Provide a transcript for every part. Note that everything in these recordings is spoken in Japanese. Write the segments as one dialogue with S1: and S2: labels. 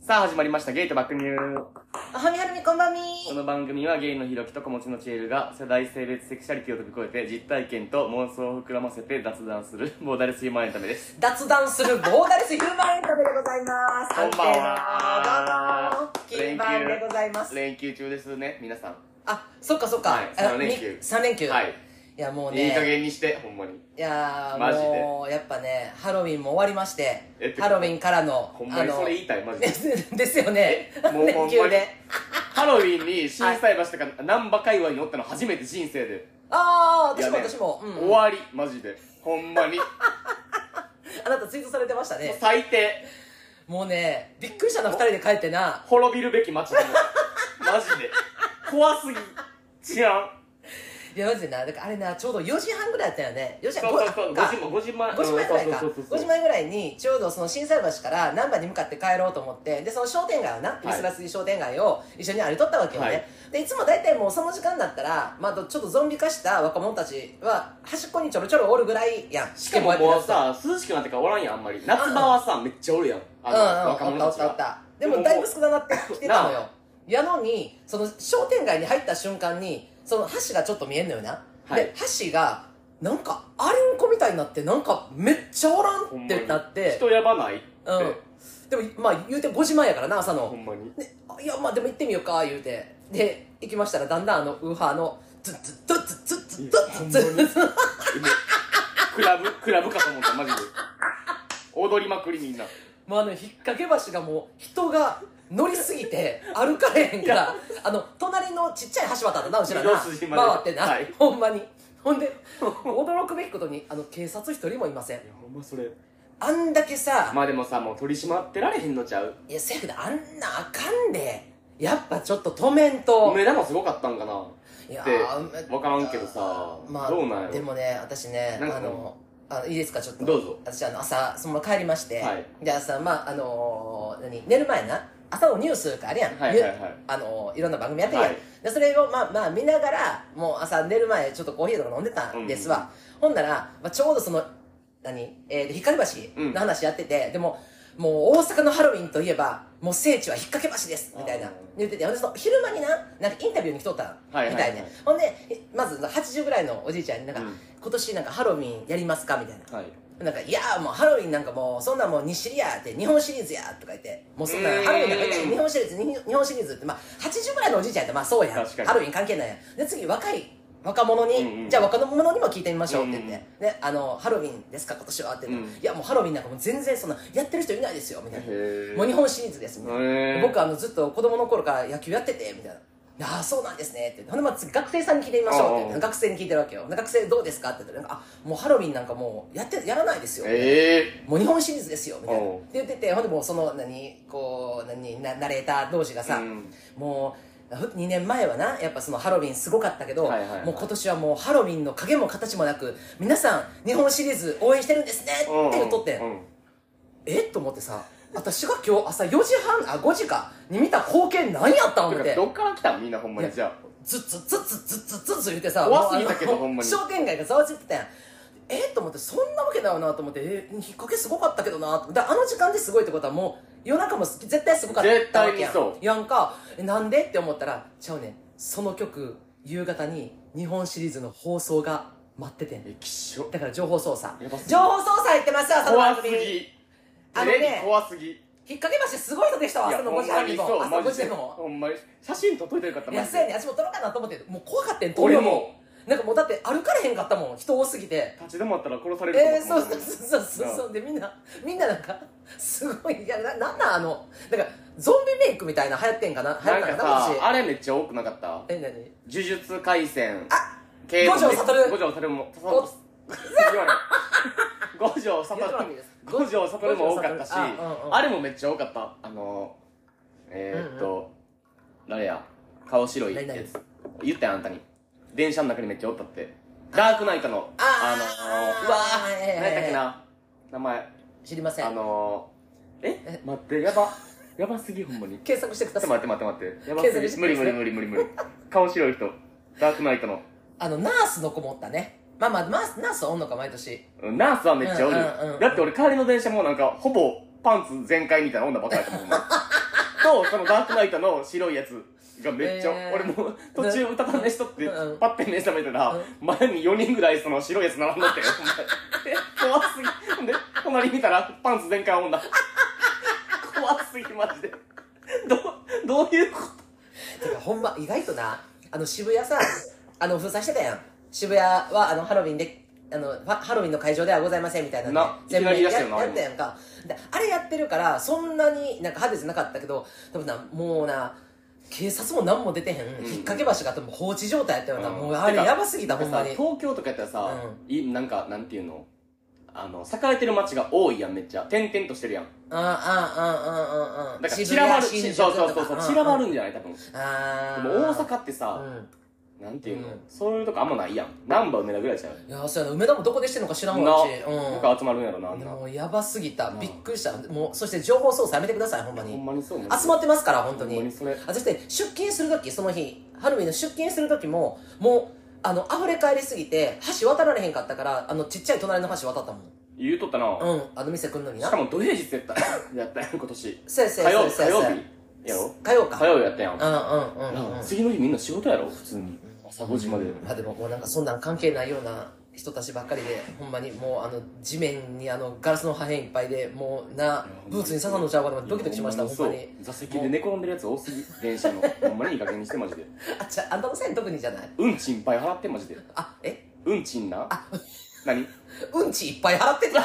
S1: さあ始まりましたゲート爆乳
S2: おはみはるみこんばんみ
S1: この番組はゲイのひろきと子持ちのチエルが世代性別セクシャリティを飛び越えて実体験と妄想を膨らませて雑談するボーダレスヒューマンエンタメです
S2: 脱談するボーダレスヒューマンエンタメでございます
S1: こんばんは
S2: どうも金番でございます
S1: 連休中ですね皆さん
S2: あそっかそっか、
S1: はい三連休
S2: 3連休、
S1: はい、
S2: いやもう
S1: いい加
S2: ね
S1: 減にしてほんまに
S2: いや
S1: マジで
S2: ーもうやっぱねハロウィンも終わりまして
S1: えってか
S2: ハロウィンからの
S1: ほんまにそれ言いたいマジで
S2: ですよね
S1: えもうほんま
S2: 連
S1: に
S2: 休で
S1: ハロウィンに震災橋とか難波界隈におったの初めて人生で
S2: ああ
S1: いや
S2: 私も
S1: ね
S2: 私も、
S1: 終
S2: うん、あ
S1: わりマジでほんまにも
S2: なたツイートされてました
S1: う
S2: ね
S1: 最低
S2: もうねびっくりしたな2人で帰ってな
S1: 滅びるべき街だもんマジで怖すぎ治安
S2: いやマジでなだからあれなちょうど4時半ぐらいだったよね4時
S1: そ
S2: 半
S1: うそうそう
S2: ごか
S1: 5時も5時前
S2: 5時前ぐらいか
S1: そうそう
S2: 5
S1: そうそ
S2: 時
S1: う
S2: 前ぐらいにちょうどその心斎橋から難波に向かって帰ろうと思ってでその商店街をなリスラスイ商店街を一緒に歩いとったわけよね、
S1: はい
S2: でいつも大体もうその時間だったら、まあ、ちょっとゾンビ化した若者たちは端っこにちょろちょろおるぐらいやん
S1: しかももうさ涼しくなってからおらんやんあんまり夏場はさめっちゃおるやん
S2: う
S1: あ
S2: んうん
S1: の若
S2: おった
S1: 者
S2: おった
S1: ち
S2: たおっ
S1: が
S2: たでもだいぶ少ななってきてたのよやのにその商店街に入った瞬間にその橋がちょっと見えんのよな、
S1: はい
S2: で橋がなんかアリンコみたいになってなんかめっちゃおら
S1: ほん
S2: んっ
S1: まに
S2: てなって
S1: 人やばないって
S2: うんでもまあ言うて5時前やからな朝
S1: ほ
S2: の
S1: んまに
S2: であいやまあでも行ってみようか言うてで行きましたらだんだんあのウーハーのツッツッツッツッツッツッツッツッツッ
S1: クラブ クラブかと思ったマジで踊りまくりみんな
S2: もうあの引っ掛け橋がもう人が乗りすぎ て歩かれへんからあの隣のちっちゃい橋渡ったな後ろな
S1: 二度筋まで
S2: 回ってな、
S1: はい
S2: ほんまにほんで驚くべきことにあの警察一人もいません
S1: いやほんまそれ
S2: あんだけさ、
S1: まあでもさもう取り締まってられへんのちゃう
S2: いやせやけどあんなあかんでやっぱちょっと止めんと
S1: 梅田もすごかったんかない
S2: や
S1: って
S2: ー
S1: 分からんけどさ
S2: まあ、
S1: どうなんやろ
S2: でもね私ね
S1: なんか
S2: あのあいいですかちょっと
S1: どうぞ
S2: 私あの朝そのまま帰りまして、
S1: はい
S2: で朝まああのー何寝る前な朝のニュースがあれやん、
S1: はいはいはい
S2: あのーいろんな番組やってるやん、
S1: はい
S2: でそれをまあまあ見ながらもう朝寝る前ちょっとコーヒーとか飲んでたんですわ、ほんなら、まあ、ちょうどその何、えー、光橋の話やってて、でももう大阪のハロウィンといえばもう聖地は引っ掛け橋ですみたいな
S1: あー
S2: 言っててほんでその昼間にななんかインタビューに来とったん
S1: はいはいはい
S2: みたいねほんでえまず80ぐらいのおじいちゃんになんか、
S1: うん
S2: 今年なんかハロウィンやりますかみたいな
S1: はい
S2: なんか、いやーもうハロウィンなんかもう、そんなんもう2シリやって、日本シリーズやとか言って、もうそんな
S1: うーん
S2: ハロウィンなんか言って、日本シリーズ、に日本シリーズって、まあ、80ぐらいのおじいちゃんやって、まあそうやん。
S1: 確かに
S2: ハロウィン関係ないやん。で、次、若い、若者に、
S1: うんうん
S2: じゃあ若者にも聞いてみましょうって言って、
S1: うんうん
S2: で、あの、ハロウィンですか、今年はって言って、
S1: うん
S2: いや、もうハロウィンなんかもう全然そんな、やってる人いないですよ、みたいな。
S1: へえ
S2: もう日本シリーズです、みたいな。
S1: へえ
S2: 僕あのずっと子供の頃から野球やっててみたいな「ああそうなんですね」ってほんで、まあ、次学生さんに聞いてみましょうって言っ
S1: ああ
S2: て学生に聞いてるわけよで学生どうですかって言ったらなんかあもうハロウィンなんかもうやってやらないですよ
S1: え
S2: もう日本シリーズですよみたいな
S1: おう
S2: って言っててほんでもうその何こう何なナレーター同士が
S1: え
S2: さ、
S1: うん
S2: もう2年前はなやっぱそのハロウィンすごかったけど、
S1: はいはいはい
S2: もう今年はもうハロウィンの影も形もなく皆さん日本シリーズ応援してるんですねって言っとって、
S1: うん
S2: えと思ってさ私が今日朝4時半あ5時かに見た光景何やったん思って
S1: てかどっから来たんみんなほんまにじゃあ
S2: ずっずっずっずっずっずっずっず言ってさ
S1: 怖すぎたけど
S2: もうあの
S1: ほんまに
S2: 商店街がざわついてたやんえと思ってそんなわけだよなと思ってえ引っ掛けすごかったけどなだあの時間ですごいってことはもう夜中もす絶対すごかった
S1: 絶対
S2: わけやん
S1: にそう
S2: やんかえなんでって思ったらちゃうねんその曲夕方に日本シリーズの放送が待っててん
S1: えきっしょ
S2: だから情報操作
S1: やばすぎ
S2: 情報操作入ってますよその番
S1: 怖す
S2: 組
S1: ぎ
S2: あのね
S1: テレビ怖すぎ
S2: 引っ掛け橋すごい人でしたわ
S1: い
S2: 朝
S1: や
S2: の
S1: ほ
S2: 5
S1: ん
S2: 時半
S1: ま
S2: に
S1: に
S2: も
S1: そう
S2: 朝
S1: マ
S2: 5
S1: ジ
S2: 時
S1: で
S2: でも
S1: ほんまに写真撮っといてよかった
S2: いやそうやねん私も撮ろうかなと思ってもう怖かってん
S1: 俺も
S2: なんかもうだって歩かれへんかったもん人多すぎて
S1: 立ち止まったら殺される
S2: えー、
S1: と
S2: そう
S1: 思った
S2: そうそうそうそうでみんなみんななんかすごいいやななんなんあのなんかゾンビメイクみたいな流行ってんかな流行
S1: な
S2: っ
S1: ん
S2: たん
S1: か
S2: かな
S1: さ
S2: 私
S1: あれめっちゃ多くなかった
S2: え何
S1: 呪術廻戦
S2: あ
S1: 警部
S2: 五条悟
S1: 五条悟も
S2: ご
S1: 言われん五条
S2: 言うとらん
S1: 悟
S2: です
S1: 五条悟も多かったし
S2: 五条悟あうんうん
S1: あれもめっちゃ多かったあのえーっと誰や顔白いや
S2: 何
S1: つ言ったやんあんたに電車の中にめっちゃおったってダークナイトの
S2: あ
S1: の
S2: あー
S1: うわ
S2: はいはいは
S1: ー
S2: い
S1: 何やったっけな名前
S2: 知りません
S1: あのーえ
S2: え
S1: 待ってやばやばすぎほんまに
S2: 検索してくだ
S1: ちょっと
S2: さい
S1: 待って待って待ってやば
S2: 検索
S1: す
S2: して
S1: ぎ無理無理無理無理無理顔白い人ダークナイトの
S2: あのナースの子もおったねまあまあナースナースはおんのか毎年
S1: うんナースはめっちゃおる、
S2: うんうんうんうん
S1: だって俺帰りの電車もなんかほぼパンツ全開みたいな女ばっかりやったもんな とそのダークナイトの白いやつがめっちゃ、
S2: えー
S1: 俺もう途中歌た飯とって
S2: うん
S1: パッて目覚めたら、
S2: うん
S1: 前に4人ぐらいその白いやつ並んどってお前怖すぎほんで隣見たらパンツ全開女怖すぎマジでどうどういうこ
S2: てかほんま意外となあの渋谷さあの封鎖してたやん渋谷はあのハロウィンであのハハロウィンの会場ではございませんみたいなんで
S1: な
S2: 全部
S1: いきなり
S2: や
S1: 出したよな
S2: やったやんかであれやってるからそんなになんか派手じゃなかったけど多分なもうな警察も何も出てへん、
S1: ん
S2: 引っ掛け橋が多分放置状態やったよな、
S1: うん
S2: もうあれ
S1: てか
S2: やばすぎた
S1: と
S2: ほんまに
S1: 東京とかやったらさ、いなんかなんていうのあの栄えてる街が多いやんめっちゃ点々としてるやん
S2: ああああああ
S1: だから散らばる
S2: 渋谷新
S1: そ
S2: 宿
S1: うそうそうそう
S2: とか
S1: 散らばるんじゃない多分で
S2: ああ
S1: も大阪ってさ、
S2: うん
S1: なんていうの、
S2: うん
S1: そういうとこあんまないやん難波梅田ぐらいじゃない
S2: いやそうやな梅田もどこでしてんのか知らん
S1: な
S2: わうち、うん、
S1: なんか集まるんやろなあんな
S2: もうやばすぎた、
S1: うん
S2: びっくりしたもうそして情報操作やめてくださいほんまに
S1: ほんまにそう
S2: 集まってますから本当
S1: ほんま
S2: に
S1: にそれ
S2: あそして出勤する時その日ハロウィンの出勤する時ももうあの溢れ返りすぎて橋渡られへんかったからあのちっちゃい隣の橋渡ったもん
S1: 言うとったな、
S2: うんあの店来んのに
S1: し
S2: な
S1: かも土平日やった やったやん今年
S2: せやせや
S1: 火
S2: せ
S1: 曜日火
S2: やせ
S1: 曜
S2: やせや
S1: 日やろ
S2: 火曜か
S1: 火曜日やったやん、
S2: うんうんうんうん
S1: な
S2: う
S1: あ
S2: ん
S1: 次の日みんな仕事やろ普通に朝5時まで、
S2: まあでももうなんかそんなん関係ないような人たちばっかりでほんまにもうあの地面にあのガラスの破片いっぱいでもうなブーツに刺さんのちゃうかと思ってドキドキしましたほんまに
S1: そう座席で寝転んでるやつ多すぎ電 車のほんまにいい加減にしてマジで
S2: あちゃあんたのせい特にじゃない
S1: 運賃いっぱい払ってマジで
S2: あえ
S1: 運賃な
S2: あ
S1: 何
S2: うんちいっぱい払ってたうん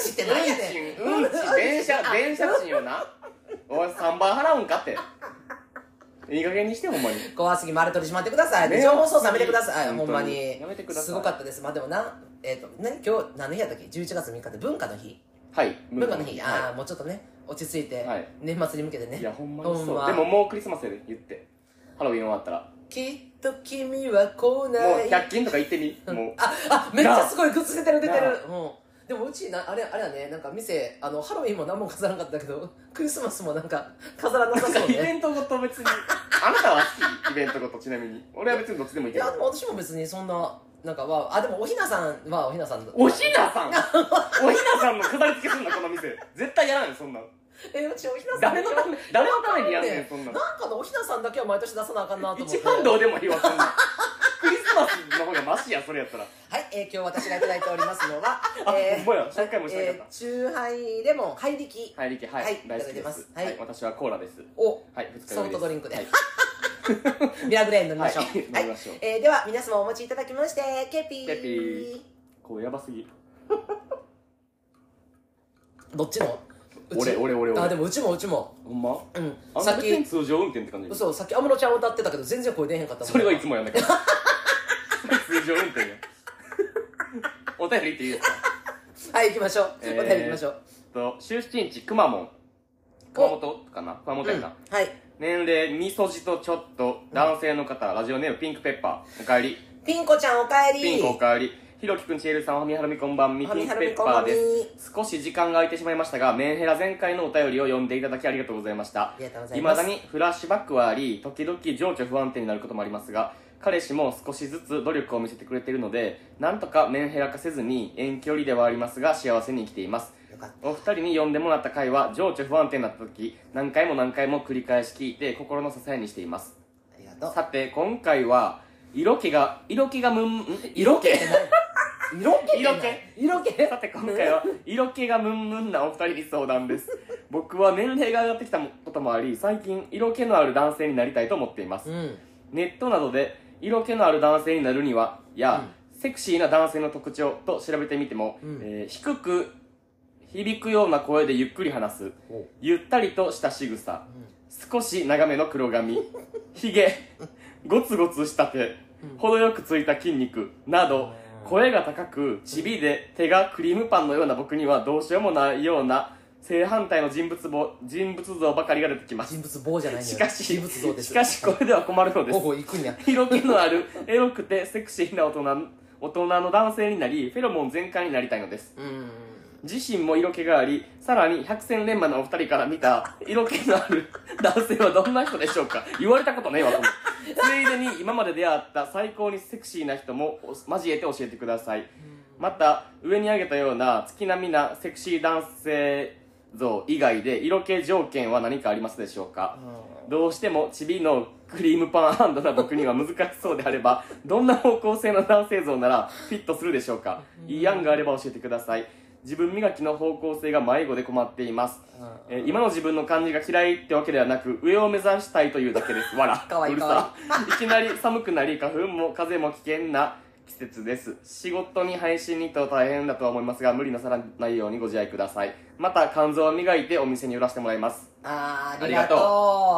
S2: ちって何やね
S1: 運
S2: ん
S1: 賃 運賃電車電車賃よなおい3倍払うんかっていい加減にしてほんまに
S2: 怖すぎ丸取り締まってください、
S1: ね
S2: 情報操作やめてください
S1: 本当に
S2: ほんまに
S1: やめてください
S2: すごかったですまあでもなえっ、と何今日何の日やったっけ11月3日って文化の日
S1: はい
S2: 文化の日、あ
S1: は
S2: あもうちょっとね落ち着いて、
S1: はい
S2: 年末に向けてね
S1: いいやほんまに
S2: ほ
S1: そ
S2: ん
S1: う
S2: ま
S1: でももうクリスマスやで言ってハロウィン終わったら
S2: きっと君は来ない
S1: もう100均とか行ってみもう
S2: ああめっちゃすごい靴出てる出て
S1: な
S2: るもうんでもうちなあれあれやねなんか店あのハロウィンも何も飾らなかったけどクリスマスもなんか飾らな
S1: な
S2: さ
S1: んか
S2: そう
S1: イベ
S2: ね
S1: ントごと別にあなたは好きイベントごとちなみに俺は別にどっちでもいい
S2: い
S1: けど
S2: やでも私も別にそんななんかはあでもおひなさんはおひなさん
S1: おひな さんおひなさんの飾り付けすんなこの店絶対やらんよそんなん
S2: えうちおひなさん
S1: 誰のため誰のためにやんねんそんな
S2: なん
S1: の
S2: かのおひなさんだけは毎年出さなあかんなと思って
S1: 一番どうでもいいわそんなんクリスマスの方がマシやそれやったら
S2: はい、えー今日私がいただいておりますの は
S1: あほんまや紹介もしなかった
S2: えー中杯レモンハイリキ
S1: はい、リキ、はい、
S2: はい
S1: 大好
S2: いただ
S1: き
S2: いて
S1: で
S2: ますす。はい
S1: 私はコーラです。
S2: を
S1: はい、二日酔いです
S2: ソフトドリンクで
S1: はい
S2: ミラーグレーン飲みましょう。
S1: はい飲みましょう
S2: えーでは、皆様お持ちいただきまして、ケピー。
S1: ケピーこうやばすぎ。
S2: どっちのうち
S1: 俺俺俺俺
S2: あ、でもうちもうちも。
S1: ほんま
S2: うん。
S1: あん
S2: さ
S1: た
S2: っ
S1: 別に
S2: き、
S1: 通常運転って感じ。
S2: 嘘、さっき安室ちゃん歌ってたけど全然声出へんかったもん。
S1: それはいつもやんだけど。通常運転や。お便り言っていいですか
S2: はい、行きましょう。
S1: えー
S2: お便り行きましょう。
S1: えっと、17日、くまモン。熊本かな熊本
S2: う
S1: や
S2: ん
S1: な。
S2: はい。
S1: 年齢、みそじとちょっと、男性の方、ラジオネーム、ピンクペッパー。おかえり。
S2: ピンコちゃんおかえり。
S1: ピンクおかえり。ひろきくん、ちえるさん、おはみはるみこんばんみ、
S2: おは
S1: ピ
S2: み
S1: ン
S2: は
S1: ク
S2: る
S1: ペッ
S2: みこん
S1: パ
S2: ば
S1: ー
S2: んみ
S1: です。少し時間が空いてしまいましたが、メンヘラ前回のお便りを読んでいただきありがとうございました。
S2: ありがとうござい
S1: い
S2: ま。
S1: ますだにフラッシュバックはあり時々情緒不安定になることもありますが彼氏も少しずつ努力を見せてくれているのでなんとかメンヘラ化せずに遠距離ではありますが幸せに生きています
S2: よかった。
S1: お二人に呼んでもらった回は情緒不安定になった時何回も何回も繰り返し聞いて心の支えにしています
S2: ありがとう。
S1: さて今回は色気が色気がムンん色気
S2: 色気って何色気
S1: さて今回は色気がムンムンなお二人に相談です僕は年齢が上がってきたこともあり最近色気のある男性になりたいと思っています
S2: うん。
S1: ネットなどで色気のある男性になるにはや、セクシーな男性の特徴と調べてみても、
S2: うん
S1: えー低く響くような声でゆっくり話す
S2: おう
S1: ゆったりとした仕草
S2: うん
S1: 少し長めの黒 髪ひげゴツゴツした手程よくついた筋肉など声が高くチビで手がクリームパンのような僕にはどうしようもないような正反対の人物像人物像ばかりが出てきます
S2: 人物棒じゃないのよ
S1: しかし
S2: 人物像です。
S1: しかしこれでは困るのです
S2: 午後行くんや。
S1: 色気のあるエロくてセクシーな大人大人の男性になりフェロモン全開になりたいのです
S2: うん。
S1: 自身も色気がありさらに百戦錬磨のお二人から見た色気のある男性はどんな人でしょうか言われたことねえわこんなついでに今まで出会った最高にセクシーな人もお交えて教えてくださいまた上に挙げたような月並みなセクシー男性像以外で色気条件は何かありますでしょうかどうしてもチビのクリームパンアンドな僕には難しそうであれば どんな方向性の男性像ならフィットするでしょうかいい案があれば教えてください自分磨きの方向性が迷子で困っています、えー今の自分の感じが嫌いってわけではなく上を目指したいというだけですわら
S2: かわいいう
S1: るさ いきなり寒くなり花粉も風も危険な季節です仕事に配信に行ったら大変だとは思いますが無理なさらないようにご自愛くださいまた肝臓を磨いてお店に売らせてもらいます
S2: あーあ
S1: あ
S2: り
S1: り
S2: が
S1: が
S2: と
S1: と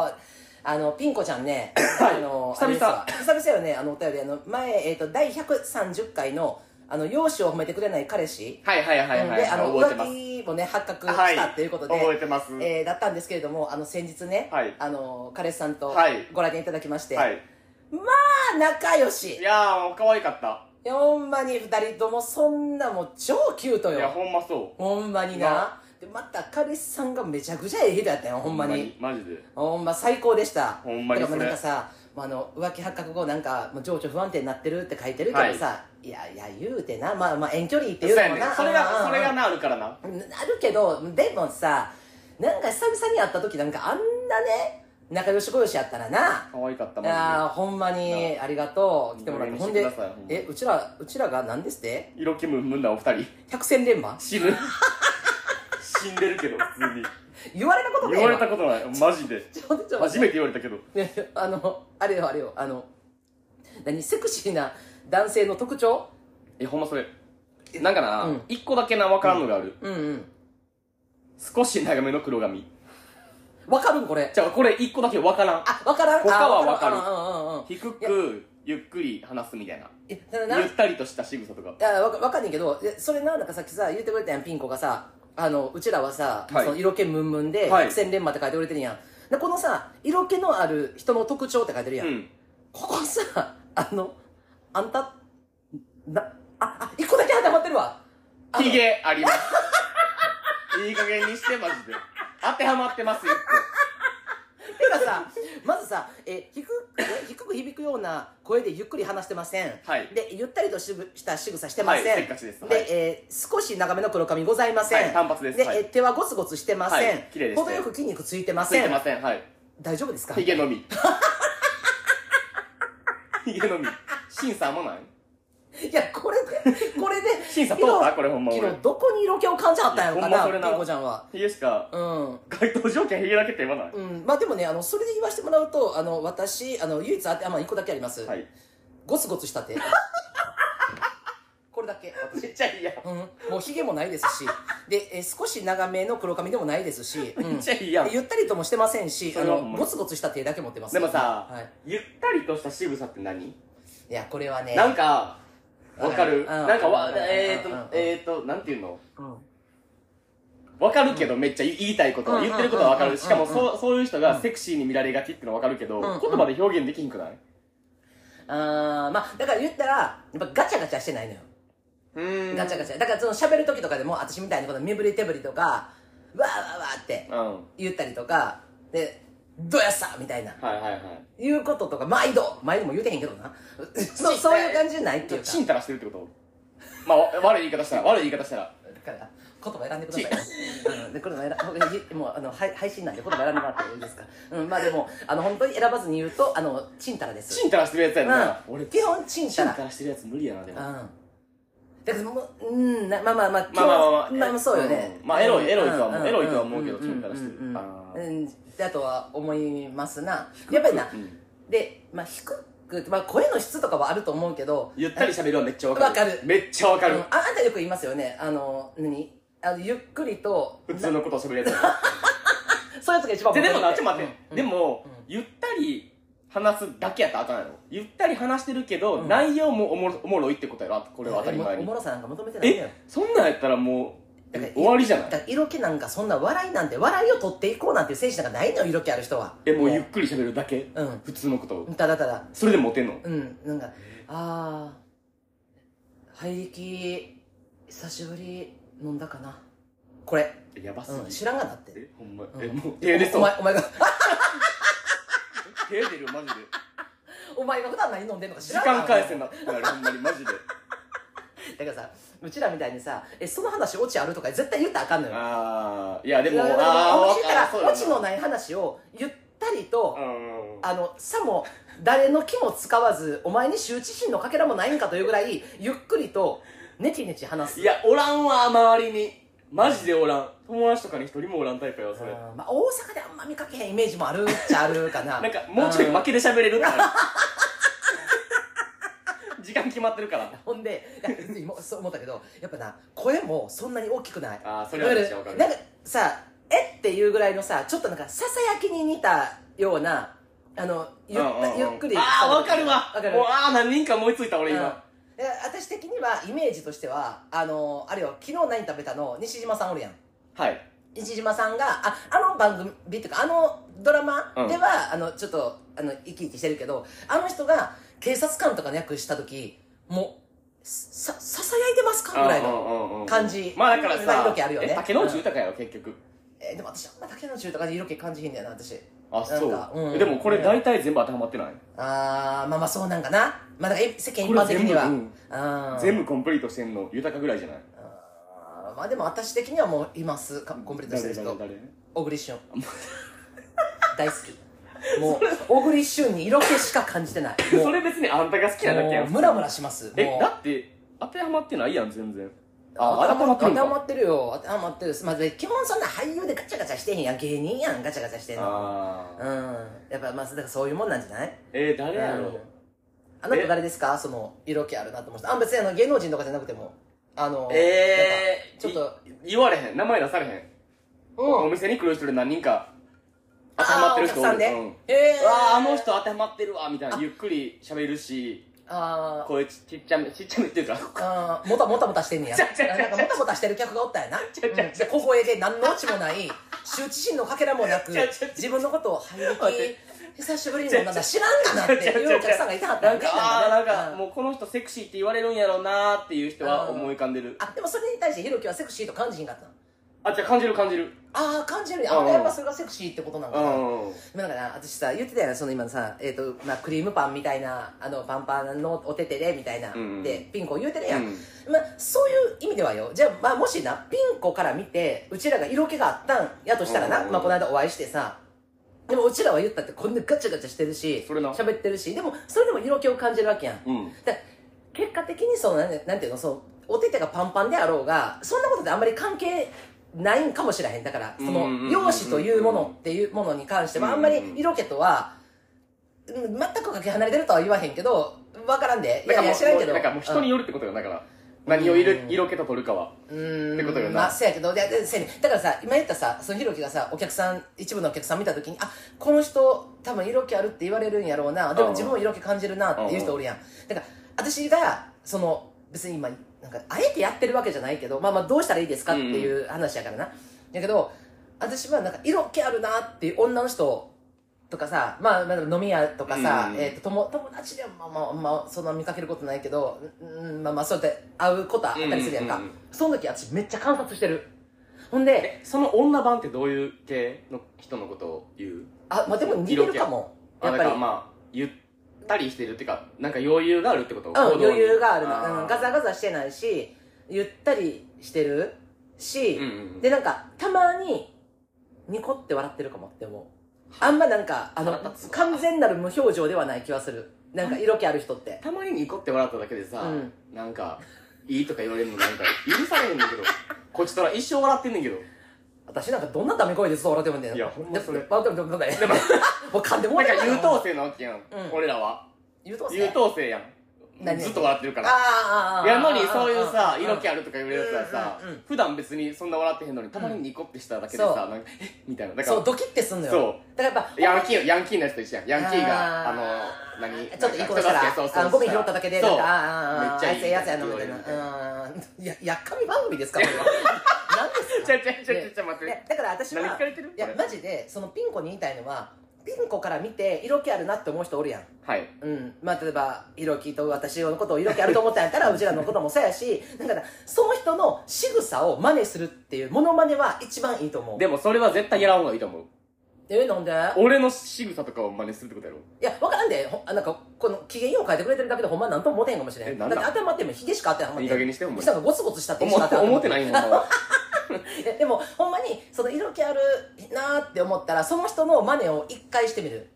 S1: う
S2: うあのピンコちゃんね、
S1: はい
S2: あの
S1: 久々
S2: あれですわ久々よねあのお便りあの前、えー、と第130回のあの容姿を褒めてくれない彼氏、
S1: はいはいはいはい、
S2: であの
S1: 覚えてます
S2: 浮気もね発覚
S1: は
S2: したっていうことで、
S1: 覚えてます、
S2: えーだったんですけれどもあの先日ね、
S1: はい
S2: あの彼氏さんと
S1: はい
S2: ご来店いただきまして、
S1: はい
S2: あ仲良し
S1: いやーもう可愛かった
S2: いやほんまに二人ともそんなもう超キュート
S1: いや
S2: よ
S1: ほんまそう
S2: ほんまになでまた彼氏さんがめちゃくちゃええ人やったよほんまに
S1: マジで
S2: ほんま最高でした
S1: ほんまに
S2: だからもう
S1: それ
S2: なんかさもうあの浮気発覚後なんかもう情緒不安定になってるって書いてるけどさ、い、やいや言うてなまあまあ遠距離っていうのもな
S1: そうやねんそれ
S2: う
S1: が
S2: んうんうん
S1: それがなあるからな
S2: なるけどでもさなんか久々に会った時なんかあんなね仲良しごよしやったらな
S1: 可愛かった
S2: いやー
S1: マ
S2: ほんまにありがとう来てもらって
S1: ご
S2: ほん
S1: めんにし
S2: で
S1: てくださいほんま
S2: えうちらうちらが何ですって
S1: ジで色気ムンムンなお二人
S2: 百戦錬磨
S1: 死ぬ死んでるけど普通に
S2: 言われたことね
S1: 言われたことないマジで
S2: ちょっとちょっと
S1: 初めて言われたけど
S2: ね あのあれよあれよあの何セクシーな男性の特徴
S1: えほんまそれなんかな
S2: うん
S1: 一、個だけな分からんのがある、
S2: うんうん
S1: 少し長めの黒髪
S2: わかるんこれ
S1: じゃあこれ一個だけ分からん
S2: あわからん
S1: 他は
S2: あ
S1: わかる
S2: うんうんうんうん
S1: 低くゆっくり話すみたいな
S2: えただな
S1: ゆったりとした仕草とか
S2: いやわかわかんねんけどいやそれななんかさっきさ言ってくれたやんピン子がさあのうちらはさ、
S1: はい
S2: その色気ムンムンで
S1: はい
S2: 百戦錬磨って書いてくれてるやんでこのさ色気のある人の特徴って書いてるや、
S1: うんん
S2: ここさあのあんたなああ一個だけ当てはまってるわあの
S1: ヒゲありますいい加減にしてマジで当てはまってますよって
S2: てかさまずさえ低くえ低く響くような声でゆっくり話してません、
S1: はい
S2: でゆったりとしぶした仕草してません、
S1: はいせっかちです
S2: で、
S1: はい
S2: えー少し長めの黒髪ございません、
S1: はい単発ですはい
S2: えー手はゴツゴツしてません、
S1: はい綺麗ですね
S2: 程よく筋肉ついてま
S1: つい
S2: せ
S1: て
S2: ん
S1: ませんはい
S2: 大丈夫ですか
S1: ヒゲのみ ヒゲのみ審査もない
S2: いやこれ でこれで
S1: 審査通ったこれほんま
S2: 昨
S1: 俺
S2: 日どこに色気を感じはったんやろか
S1: いやほんまそれ
S2: な
S1: な
S2: ピン子ちゃんは
S1: ヒゲしか
S2: うん
S1: 該当条件ヒゲだけって言わない、
S2: うん、まあでもねあのそれで言わせてもらうとあの私あの唯一あてあまあ一個だけあります、
S1: はい
S2: ゴツゴ ツした手これだけ私
S1: めっちゃいいやん
S2: うん、もうひげもないですしでえー少し長めの黒髪でもないですし、うん
S1: めっちゃいいやん
S2: ゆったりともしてませんし
S1: そ
S2: あ
S1: れは
S2: の
S1: ほんまに
S2: ゴツゴツした手だけ持ってます
S1: でもさ、
S2: はい、
S1: ゆったりとした仕草って何
S2: いやこれはね
S1: なんかわか
S2: うん
S1: るなんかわ
S2: うん
S1: えー
S2: うんうん
S1: とえーとなんていうの
S2: うん
S1: わかるけどめっちゃ言いたいこと
S2: うん
S1: 言ってることはわか
S2: うん
S1: るしかもそうそういう人
S2: う
S1: が
S2: ん
S1: セクシーに見られがちってのはわかるけど
S2: うんうん
S1: 言葉で表現できんくない
S2: あーまあだから言ったらやっぱガチャガチャしてないのよ、
S1: うん
S2: ガチャガチャだからその喋る時とかでも私みたいにこの身振り手振りとかわーわーわーって
S1: うんは
S2: 言ったりとかでどやっさみたいない
S1: はいはい
S2: いうこととか毎度毎度も言うてへんけど なそうそういう感じじゃないっていうか
S1: チンタラしてるってことまあわ悪い言い方したら悪い言い方したら
S2: だから言葉選んでくださいね。うん、でこれも選ほいもうあの配配信なんで言葉選んでもらっていいですか。うんまあでもあの本当に選ばずに言うとあのチンタラです。
S1: チンタラしてるやつやんな
S2: うん
S1: 俺
S2: 基本チン
S1: チ
S2: タ
S1: ン
S2: ラ。
S1: タラしてるやつ無理やなで
S2: うん。
S1: も
S2: だからもううんなまあまあまあ
S1: まあまあまあ
S2: 今日まあそうよね。
S1: うんまあエロいエロいとは思うん
S2: ん
S1: エロいとは思うけど
S2: ん
S1: チンタラしてる
S2: うん
S1: あ
S2: うんうんだとは思いますな。やっぱりな
S1: うん
S2: でまあ低くまあ声の質とかはあると思うけど。
S1: ゆったり喋るはめっちゃわかる
S2: わかる
S1: めっちゃわか
S2: う
S1: る
S2: んああんたよく言いますよね。あの何あのゆっくりと
S1: 普通のことを喋るやつ
S2: そういうやつが一番
S1: ででもなちょっと
S2: モテ
S1: 待
S2: る
S1: って、でも、ゆったり話すだけやったらあかんやろゆったり話してるけど、
S2: うん
S1: 内容もおもろおもろいってことやろあとこ
S2: こ
S1: れは当たり前
S2: お
S1: に
S2: もろさなんか求めてないんだよ
S1: えそんなんやったらもう
S2: だから
S1: 終わりじゃな
S2: だ
S1: い
S2: から色気なんかそんな笑いなんて笑いを取っていこうなんていう精神なんかないのよ色気ある人は
S1: えもうゆっくり喋るだけ、
S2: うん
S1: 普通のことを
S2: ただただ
S1: それでモテんの
S2: うんなんかああ入りき久しぶり飲んだかなこれ、
S1: やばすぎ、
S2: うん、知らんがなって
S1: えほんま、
S2: ん
S1: えもう手出
S2: お
S1: そう
S2: 前お前が
S1: 手出るマジ で
S2: お前が普段何飲んでんのか知
S1: 時
S2: らんがな
S1: 間返せなってなるほんまにマジで
S2: だからさうちらみたいにさえその話オチあるとか絶対言ったらあかんのよ
S1: あーいやでも
S2: いやだから
S1: あー
S2: 面白い
S1: あーそう
S2: から
S1: だ
S2: オチのない話をゆったりと、
S1: うん
S2: あのさも誰の気も使わずお前に羞恥心のかけらもないんかというぐらいゆっくりとねちねち話す
S1: いやおらんわ周りにマジでおらん友達とかに一人もおらんタイプやわそれ
S2: うんまあ、大阪であんま見かけへんイメージもあるっちゃあるか な
S1: なんかもうちょい
S2: ん
S1: 負けで喋れるってあ る時間決まってるから
S2: ほんでいや今そう思ったけどやっぱな声もそんなに大きくない
S1: あーそれはめっちゃわかる
S2: なんかさえっていうぐらいのさちょっとなんかささやきに似たようなあのゆった、
S1: うんうんうん
S2: ゆっくり
S1: ああわかるわ
S2: わかる
S1: もうああ何人か思いついた俺
S2: うん
S1: 今、
S2: で私的にはイメージとしてはあのあれよ昨日何食べたの西島さんおるやん
S1: はい
S2: 西島さんがああの番組っていうかあのドラマでは、あのちょっとあの生き生きしてるけどあの人が警察官とかの役した時もうさささやいてますかぐらいの、
S1: の
S2: 感じ
S1: まあだから
S2: 今
S1: さ
S2: 色気あるよね
S1: え竹野内豊やろ結局
S2: えーでも私あんま竹野内とかで色気感じひんねやな私
S1: あそ
S2: なんか
S1: う、
S2: うん
S1: でもこれ大体全部当てはまってない、
S2: あーまあまあそうなんかなまあだからえ世間一般的には
S1: これ全部
S2: あー
S1: 全部コンプリートしてんの豊かぐらいじゃない
S2: あーまあでも私的にはもういますかコンプリートしてる人
S1: 誰誰誰
S2: 小 栗旬大好きもう小栗旬に色気しか感じてないもう
S1: それ別にあんたが好きなだけや
S2: も
S1: ん
S2: うムラムラします
S1: え
S2: もう
S1: だって当てはまってないやん全然
S2: あ
S1: あ当てはまってる
S2: 当
S1: ん
S2: てはま
S1: か
S2: ってるよ当てはまってるまあで基本そんな俳優でガチャガチャしてへんやん芸人やんガチャガチャしてんの
S1: あ
S2: う
S1: あ
S2: んやっぱまあだからそういうもんなんじゃない
S1: えー、誰や
S2: うん
S1: ろ
S2: あなた誰ですかその色気あるなと思ってあ別にあの芸能人とかじゃなくてもあの
S1: えー、
S2: ちょっと
S1: い言われへん名前出されへん、
S2: うん
S1: お店に来る人で何人か当てはまってる人おる
S2: あーお客さんで
S1: うん
S2: へえ
S1: うわーあの人当てはまってるわみたいなゆっくり喋るし
S2: あー
S1: こういうちちっちゃめちっちゃめっていうか
S2: あーもたもたもたしてんねや
S1: ちゃちゃちゃちゃ
S2: なんかもたもたしてる客がおったんやな
S1: ちゃちゃちゃ
S2: うんで小声で何のオチもない羞恥心のかけらもなく
S1: ちゃちゃちゃ
S2: 自分のことを俳
S1: 待って
S2: 優久しぶりにもなんだ知らんがなっていうお客さんがいたはった
S1: なんん
S2: ね
S1: かあーなんか
S2: うん
S1: もうこの人セクシーって言われるんやろうなーっていう人は
S2: うん
S1: 思い浮かんでる
S2: あでもそれに対してひろきはセクシーと感じひんかったの
S1: あじゃあ感じる感じる
S2: ああ感じるねあ
S1: うん
S2: やっぱそれがセクシーってことなの
S1: う
S2: かなん
S1: うん
S2: 今だから私さ言ってたよねその今のさ、えーとまあ、クリームパンみたいなあのパンパンのおててでみたいな、
S1: うんうん
S2: でピンコ言うてるやん、
S1: うん
S2: まあ、そういう意味ではよじゃあ,、まあもしなピンコから見てうちらが色気があったんやとしたらな、
S1: うんうん
S2: まあ、この間お会いしてさでもうちらは言ったってこんなガチャガチャしてるし
S1: それな
S2: 喋ってるしでもそれでも色気を感じるわけやん、
S1: うん
S2: だから結果的にそのなんなんていうのそのお手手がパンパンであろうがそんなことであんまり関係ないんかもしれへんだからそ
S1: うんうんうんう
S2: の
S1: ん
S2: 容姿というものっていうものに関してはあ
S1: うんんうん
S2: ま
S1: うん
S2: り色気とはうん全くかけ離れてるとは言わへんけど分からんでい
S1: だから
S2: やい
S1: も
S2: や
S1: う
S2: 知らんけど
S1: なんかもう人によるってことよだから何を色色気と取るかは
S2: うん
S1: ってことよな
S2: まあそうやけどででせやねだからさ今言ったさそのひろきがさお客さん一部のお客さん見た時にあこの人多分色気あるって言われるんやろうなでも
S1: うん
S2: 自分も色気感じるなっていう人おるやんだから私がその別に今なんかあえてやってるわけじゃないけどまあまあどうしたらいいですかっていう話やからな、だけど私はなんか色気あるなっていう女の人とかさ、まあ、まあ飲み屋とかさ、
S1: うん
S2: えー、と友友達ではまあまあ、まあ、そんな見かけることないけど、うん、まあまあそうやって会うことはあったりするやんか、
S1: うんうんうん
S2: その時私めっちゃ観察してるほんで
S1: えその女版ってどういう系の人のことを言う
S2: あ、まあ、でも似てるかも
S1: あ
S2: やっ
S1: だ
S2: ぱ
S1: か
S2: り
S1: らまあゆったりしてるっていうかなんか余裕があるってことうん
S2: うん、余裕があるの、うん、ガ
S1: ザ
S2: ザガザしてないしゆったりしてるし、
S1: うんうん
S2: でなんかたまにニコって笑ってるかもって思うあんまなんかあの
S1: 腹立つわ
S2: 完全なる無表情ではない気はするなんか色気ある人って
S1: たまにニコって笑っただけでさ、
S2: うん
S1: なんかいいとか言われるのなんか許されへんねん けどこっちとら一生笑ってんねんけど
S2: 私なんかどんなダメ声でずっと笑ってもんだよ
S1: いやほんまそれ
S2: で笑ってもんだよ
S1: でも
S2: もう噛んで
S1: な
S2: もうんてる
S1: か優等生なわけやん、
S2: ん
S1: 俺らは
S2: 優等生
S1: 優等生やん
S2: 何
S1: ずっと笑ってるから
S2: あーあーあーあー
S1: やのにそういうさ
S2: うん
S1: 色気あるとか言われるやつはさ、
S2: うんうんうん
S1: 普段別にそんな笑ってへんのにたまにニコってしただけでさ、
S2: そう
S1: なんかえみたいなだか
S2: そう
S1: ら
S2: ドキッてすんのよ
S1: そう
S2: だからやっぱ
S1: ヤンキーヤンキーのやつと一緒やんヤンキーがあ
S2: あー
S1: の何
S2: ちょっといいことした
S1: なんか人助けそうそう
S2: らあゴミ拾っただけで
S1: そ
S2: な
S1: うん
S2: かあーあーあー
S1: めっちゃいい
S2: あいつやつやなみたいなうんいややっかみ番組ですかこ れは何です
S1: ち
S2: か
S1: ゃちゃちゃちゃちゃ待って
S2: ねだから私は
S1: 何聞かれてる
S2: いや
S1: これ
S2: マジでそのピン子に言いたいのはピン子から見て色気あるなって思う人おるやん
S1: はい
S2: うん、まあ例えば色気と私のことを色気あると思ったんやっ たらうちらのこともそうやしだからその人の仕草を真似するっていうモノマネは一番いいと思う
S1: でもそれは絶対やらんほうがいいと思う
S2: えなんで
S1: 俺の仕草とかを真似するってことやろ
S2: いや、わからんで、ほあなんか、この機嫌よう変えてくれてるだけで、ほんまなんとも思てへんかもしれ
S1: え
S2: ん。
S1: な
S2: だ
S1: ん
S2: っ
S1: だ
S2: て頭ってもひげしかあってへんもんね。
S1: いい加減にしてよお前
S2: 下がゴツゴツしたって
S1: 思
S2: しか
S1: っ
S2: あっててへん
S1: 思って ないもんな
S2: えでも、ほんまに、その色気あるなーって思ったら、その人の真似を一回してみる。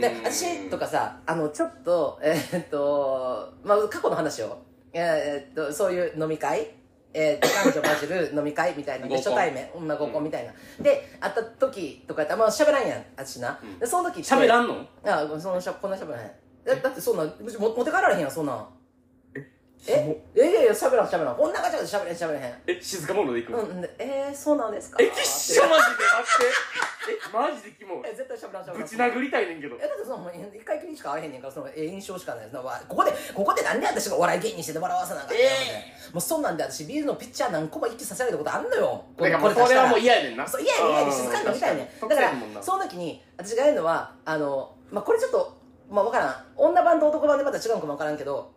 S2: で、私と
S1: か
S2: かさ、あの、ちょっと、えーっと、まあ、過去の話を、えーっと、そういう飲み会、えーっと、男女バジル飲み会みたいな、で
S1: 合コ
S2: 初
S1: ン
S2: 対面、女合コンみたいな。で、会った時とかやったら、まあ、喋らんやん、私な。
S1: うん
S2: で、その時って
S1: 喋らんの
S2: あそのしゃこんなしゃべらへんだだってそんなんむしろ持って帰られへんやんそんなん
S1: キモ
S2: ええいやいやしゃべらんしゃべらんこんなガチャガチャしゃべれんしゃべれへん
S1: え静か者で行く
S2: うんうんでえー、そうなんですか
S1: えきっしょマジで待ってえマジでキモい
S2: え絶対しゃべらんしゃべ
S1: ぶ
S2: らん
S1: ち殴りたいねんけど
S2: えだってそのほんまに一回きりしか会えへんねんからそのええ印象しかないですなわここでここでなんで私がお笑い芸人してて笑わせなあかったの
S1: え
S2: もうそんなんで私ビールのピッチャー何個も一気させられたことあんのよ
S1: だからもうそれはもう嫌やねんな
S2: そういやいやいや静かに飲みたいねだから
S1: そ
S2: その時に私が言うのはあの、まあ、これちょっと、まあ、分からん女版と男版でまた違うのかも分からんけど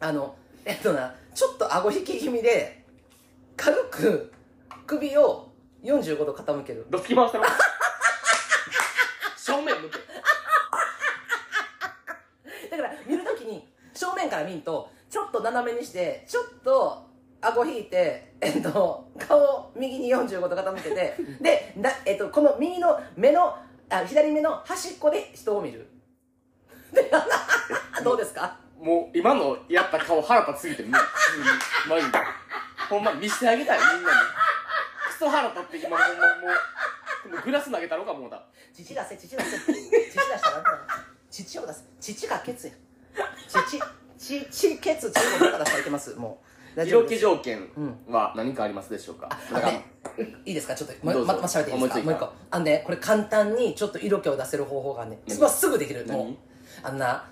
S2: あのえっとなちょっと顎引き気味で軽く首を45度傾ける
S1: どつき回したろ正面向け
S2: だから見る時に正面から見るとちょっと斜めにしてちょっと顎引いて、えっと、顔を右に45度傾けてでな、えっと、この右の目のあ左目の端っこで人を見る でどうですか
S1: もう今のやった顔腹立つすぎて無理マジでほんま見してあげたいみんなにクソ腹立って今もうもうもうグラス投げたろかもうだ
S2: 父出せ父出せ父出したらダメだ父を出す父がケツや父父ケツ中国からされてますもう大丈
S1: 色
S2: 夫で
S1: 気
S2: す
S1: 条件
S2: うん
S1: は何かありますでしょうか
S2: あ
S1: なん
S2: の
S1: か
S2: ねいいですかちょっとま
S1: どうぞ
S2: まま喋っていいですか
S1: 思いついた
S2: もう一個あのねこれ簡単にちょっと色気を出せる方法があるね
S1: 何
S2: まあすぐできる
S1: 何
S2: もうあんな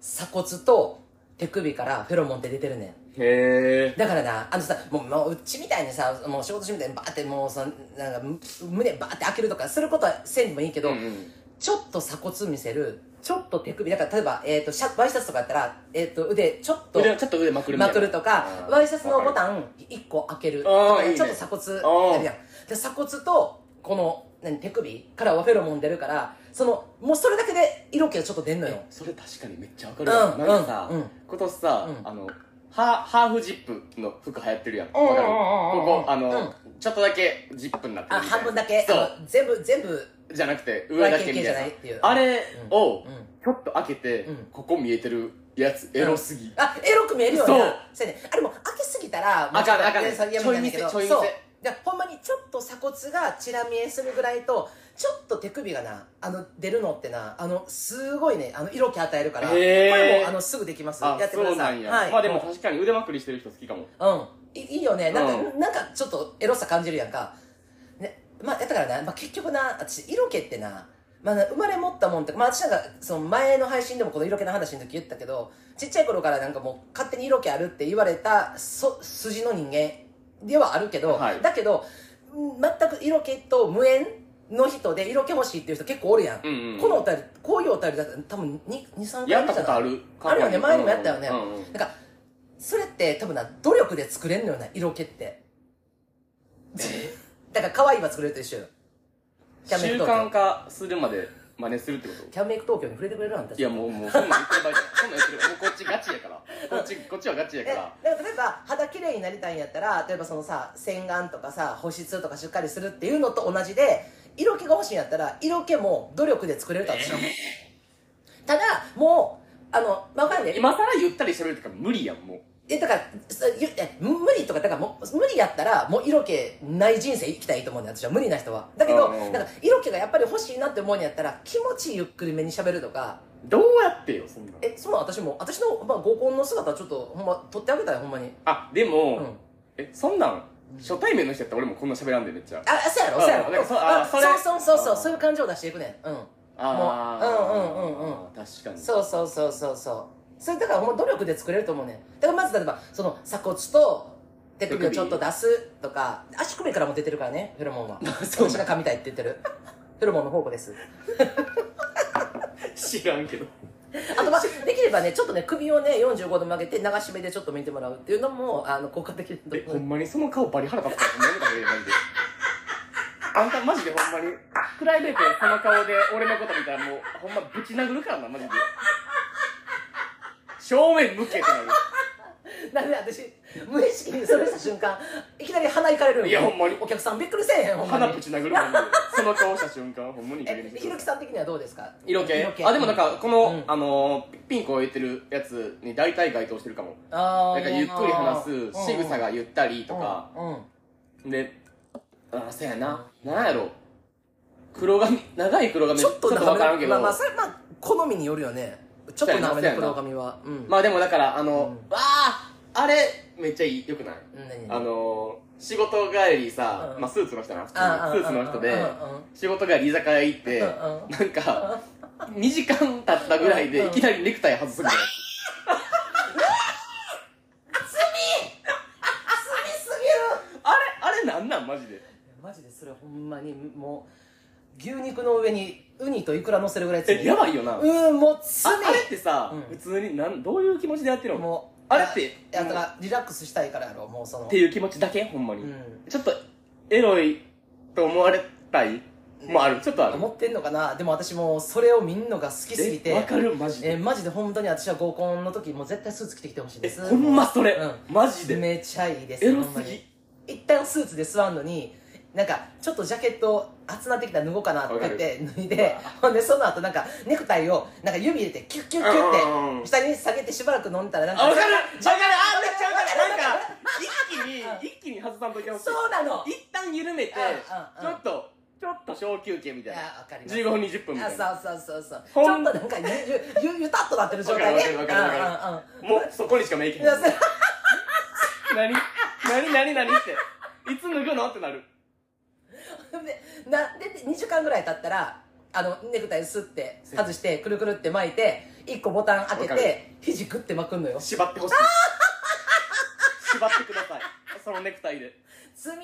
S2: 鎖骨と手首からフェロモンって出てるねん
S1: へえ
S2: だからな、あのさ、もう、もう、うちみたいにさ、もう仕事中みたいにバーって、もう、その、なんか、む胸バーって開けるとか、することはせんでもいいけど、
S1: うんうん
S2: ちょっと鎖骨見せる、ちょっと手首、だから例えば、えっ、と、シャワイシャツとかやったら、えっ、と、腕、ちょっと、
S1: 腕ちょっと腕まくるみたい
S2: ま
S1: な
S2: くるとか
S1: あ、ー
S2: ワイシャツのボタン1個開けると
S1: あ
S2: か、
S1: ーいいね
S2: ちょっと鎖骨やるやん。で、鎖骨と、この、何、手首からはフェロモン出るから、その、もうそれだけで色気がちょっと出んのよ。
S1: それ確かにめっちゃわかるわ、
S2: うん
S1: なんかさ、
S2: うん
S1: 今年さ、
S2: うん
S1: あのハハーフジップの服流行ってるやんわか
S2: うん
S1: る
S2: うんうんうん
S1: ここあの、ちょっとだけジップになってる
S2: あ、
S1: みたいな
S2: 半分だけ、
S1: そ
S2: あの全部、全部、
S1: うじゃなくて上だけみたい
S2: YKK じゃない
S1: な
S2: っていう
S1: あれを
S2: うん
S1: ちょっと開けて、
S2: うん
S1: ここ見えてるやつエロすぎ、
S2: あ、エロく見えるよ
S1: そう
S2: な。そうやね。あれもう開けすぎたら、もう
S1: あかんあかん
S2: ちょっとね嫌みたいなん
S1: ちょ
S2: だけど
S1: い見せちょい見せ
S2: そう。じゃほんまにちょっと鎖骨がちら見えするぐらいと、ちょっと手首がな、あの、出るのってな、あの、すごいね、あの、色気与えるから、
S1: へ
S2: こ
S1: ー
S2: れも、あの、すぐできます。や
S1: あ
S2: ってく
S1: そ
S2: だ
S1: うな
S2: さ
S1: ん
S2: い。
S1: や、
S2: はい。
S1: まあでも確かに腕まくりしてる人好きかも
S2: うん。いいいよね。なんか、
S1: う
S2: なんかちょっとエロさ感じるやんか。ね。まあ、だからな、まあ結局な、私、色気ってな、まあな、生まれ持ったもんって、まあ私なんか、その前の配信でもこの色気の話の時言ったけど、ちっちゃい頃からなんかもう勝手に色気あるって言われた、そ、筋の人間ではあるけど、
S1: はい
S2: だけど、うん全く色気と無縁の人で色気欲しいっていう人結構おるやん。
S1: うんうんうん
S2: このお便り、こういうお便りだったら多分2、2、3回目じゃ
S1: や
S2: な
S1: っ
S2: い
S1: たことある
S2: あるよね前にもやったよね
S1: うんうんうん
S2: なんか、それって多分な、努力で作れんのよな、色気って。 だから可愛いは作れると一緒よ。キャンメイク
S1: 習
S2: 東
S1: 慣。
S2: 京
S1: 化するまで真似するってこと
S2: キャンメイク東京に触れてくれるなんて。
S1: いやもうもうそんなん言ってる場合じゃないそんなん言ってるもうこっちガチやからこっちこっちはガチや
S2: えだ
S1: か
S2: からら例えば肌綺麗になりたいんやったら例えばそのさ洗顔とかさ保湿とかしっかりするっていうのと同じで色気が欲しいんやったら色気も努力で作れると私は思う、ただもうあの分かんない
S1: 今更ゆったり喋るとか無理やんも
S2: えだからそうゆえ無無理とかだからもう無理やったらもう色気ない人生生きたらいいと思うんだよ私は無理な人はだけど
S1: うんうん
S2: なんか色気がやっぱり欲しいなって思うんやったら気持ちゆっくりめに喋るとか
S1: うどうやってよそんなん
S2: えその私も私の、まあ、合コンの姿ちょっとほんま撮ってあげたよほんまに
S1: あで
S2: う
S1: も、
S2: ん
S1: えそんなん初対面の人やったら俺もこんな喋らんでめっちゃ
S2: あそうやろそうやろ、
S1: うんそうあ
S2: うん
S1: それ
S2: そうそうそうそうそういう感情を出していくねんう
S1: ー
S2: んうんうんうんうん
S1: 確かに
S2: そう そうそうそうそうそれだからもう努力で作れると思うねんだからまず例えばその鎖骨と手首をちょっと出すとか足首からも出てるからねフェロモンは
S1: そう
S2: 私が噛みたいって言ってるフェロモンの宝庫です
S1: 知らんけど
S2: あとまあできればねちょっとね首をね45度曲げて流し目でちょっと見てもらうっていうのもあの効果的だと
S1: え
S2: 思
S1: ほ
S2: うん
S1: まにその顔バリ腹立つからやめてくれマジであんたマジでほんまに、プライベートでその顔で俺のこと見たらもう、ほんまぶち殴るからな、マジで。正面向けってな
S2: なんで私、無意識にそれした瞬間、 いきなり鼻いかれるん
S1: いやほんまに
S2: お客さんびっくりせえへん、ほ
S1: る。
S2: んまに。
S1: 鼻ぶち殴るからな、その顔した瞬間、ほんまにいい加減に
S2: え
S1: してく
S2: ひろ
S1: だ
S2: き
S1: さい
S2: さん的にはどうですか
S1: 色気あ、でもなんか、この、
S2: うん
S1: あのー、ピンクを言ってるやつに大体該当してるかも。
S2: あ
S1: なんかゆっくり話す、仕草
S2: が
S1: がゆったりとか、
S2: うんうん
S1: で、あ、そうやな。なんやろ。黒髪、長い黒髪、
S2: ちょっと
S1: わから
S2: 長
S1: んけど。
S2: めまあまあそれまあ好みによるよねちょっと長めの黒髪はうん
S1: まあでもだからあの、
S2: う
S1: わああれめっちゃいいよくない、
S2: 何
S1: あのー、仕事帰りさ、
S2: うん
S1: まあスーツの人な普通に
S2: ああ
S1: スーツの人で、
S2: うんうん
S1: 仕事帰り居酒屋行って、
S2: うんうん
S1: なんか、2時間経ったぐらいでいきなりネクタイ外すみたいな、
S2: 罪すぎる
S1: あれあれなんなんマジで
S2: マジでそれほんまにもう牛肉の上にウニとイクラ乗せるぐらい罪
S1: えやばいよな、あ
S2: うんもう罪
S1: あれってさ、
S2: うん
S1: 普通になんどういう気持ちでやってるの
S2: もう
S1: あれって
S2: いやだからリラックスしたいからやろもうその
S1: っていう気持ちだけほんまに、
S2: うん
S1: ちょっとエロいと思われたいもあるちょっとある
S2: 思ってんのかなでも私もうそれを見んのが好きすぎ
S1: えわ
S2: て
S1: かるマジで
S2: えマジで本当に私は合コンの時もう絶対スーツ着てきてほしいで
S1: え
S2: す
S1: ほんまそれ、
S2: う
S1: マジで
S2: めちゃいいです
S1: エロ
S2: ほんますに
S1: ぎ
S2: 一旦スーツで座んのになんかちょっとジャケット厚なってきたら脱ごうかなって言って脱いうで
S1: わ
S2: ほんでその後なんかネクタイをなんか指入れてキュッキュッキュ
S1: うんうんうん
S2: ッって下に下げてしばらく飲んだらなんか
S1: あ分かる分かるあめっちゃ分かるなんか一気に一気に外さんといてほしい
S2: そうなの
S1: 一旦緩めて
S2: う
S1: ち
S2: んうん
S1: ょ
S2: うん
S1: っとちょっと小休憩み
S2: い
S1: たい
S2: や
S1: な
S2: わかります
S1: 15分20分みたいな
S2: あそうそうそうそうちょ
S1: ほ
S2: っと
S1: ん
S2: なんかゆゆ ゆゆたっとなってる状態ね
S1: わかるわかるわもうそこにしかメイキ
S2: うんうんうんい
S1: ン
S2: やそれ
S1: 何何何何っていつ脱ぐのってなる
S2: でなで2時間ぐらい経ったらあのネクタイすって外してくるくるって巻いて1個ボタン開け
S1: わかる
S2: て肘グッて巻くのよ
S1: 縛ってほしい縛ってくださいそのネクタイで
S2: 罪で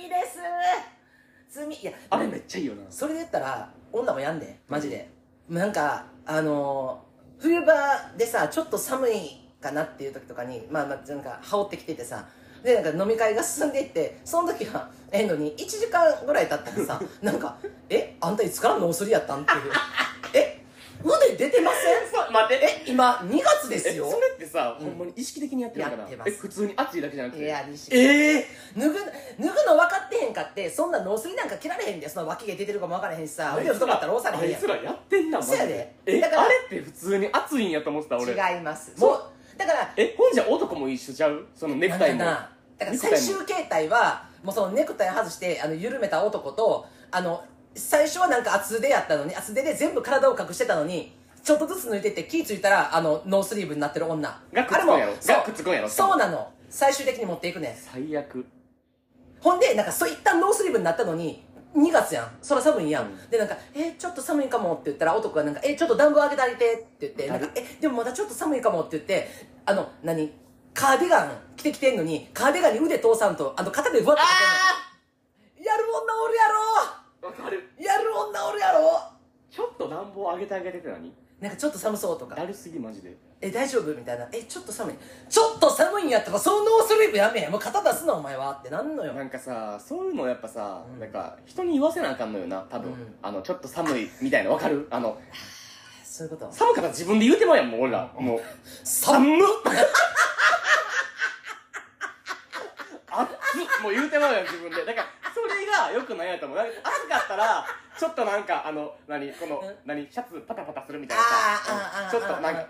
S2: す罪いや
S1: あれめっちゃいいよな
S2: それで言ったら女もやんでマジで、なんかあのー冬場でさちょっと寒いかなっていう時とかにまあまあなんか羽織ってきててさでなんか飲み会が進んでいってその時はええのに1時間ぐらい経った らさなんか「えあんたいつからノースリやったん?」っていう「え腕出てません?」
S1: そう待って
S2: え今2月で
S1: え
S2: す
S1: それ
S2: よ
S1: ってさほんまに意識的にやってるの
S2: や
S1: か
S2: って
S1: な
S2: ま
S1: え
S2: す
S1: 普通に熱いだけじゃなく
S2: い
S1: て
S2: や西
S1: ええ
S2: 脱ぐ脱ぐの分かってへんかってそんなノースリなんか着られへんでその脇毛出てるかも分からへんしさ腕太かったら押されへんや
S1: あ
S2: ん
S1: いつらやってんなマジ
S2: そやで
S1: え
S2: だから
S1: あれって普通に熱いんやと思ってた俺
S2: 違います
S1: そう
S2: もうだから
S1: えほんじゃ男も一緒ちゃうそのネクタイも
S2: なんかなだから
S1: ネクタイも
S2: 最終形態はもうそのネクタイ外してあの緩めた男とあの最初はなんか厚手やったのに厚手で全部体を隠してたのにちょっとずつ抜いてって気ぃついたらあのノースリーブになってる女
S1: がくっつ
S2: あれ
S1: く
S2: も
S1: んやろ
S2: そう
S1: がくっつくんやろ
S2: そうなの最終的に持っていくね
S1: 最悪
S2: ほんで、なんか、そう、一旦ノースリーブになったのに、2月やん。そら寒いやん。で、なんか、えーちょっと寒いかもって言ったら、男がなんか、えーちょっと団子あげてあげてって言って、なんか、えでもまだちょっと寒いかもって言って、あの、何カーディガン着てきてんのに、カーディガンに腕通さんと、あの、肩でふわっとかけんのやる女おるや
S1: わかる
S2: ろやる女おるやろ
S1: ちょっと暖房上げてあげてって何
S2: なんか、ちょっと寒そうとか
S1: だ、るすぎマジで
S2: え、大丈夫みたいな、え、ちょっと寒い。ちょっと寒いんやったら、そのノースリーブやめえもう肩出すな、お前はってなんのよ。
S1: なんかさそういうのやっぱさ、
S2: うん
S1: なんか人に言わせなあかんのよな多分、
S2: うん
S1: あのちょっと寒いみたいなわかるあの
S2: そういうこと。
S1: 寒かったら自分で言うてまうやんもう俺ら、もう
S2: 寒っ
S1: 熱っもう言うてまうやん自分でだからそれがよくないやと思うなんか暑かったらちょっとなんかあの何この
S2: うん
S1: 何シャツパタパタするみたい
S2: あーあー
S1: なさちょっとなん
S2: あ
S1: か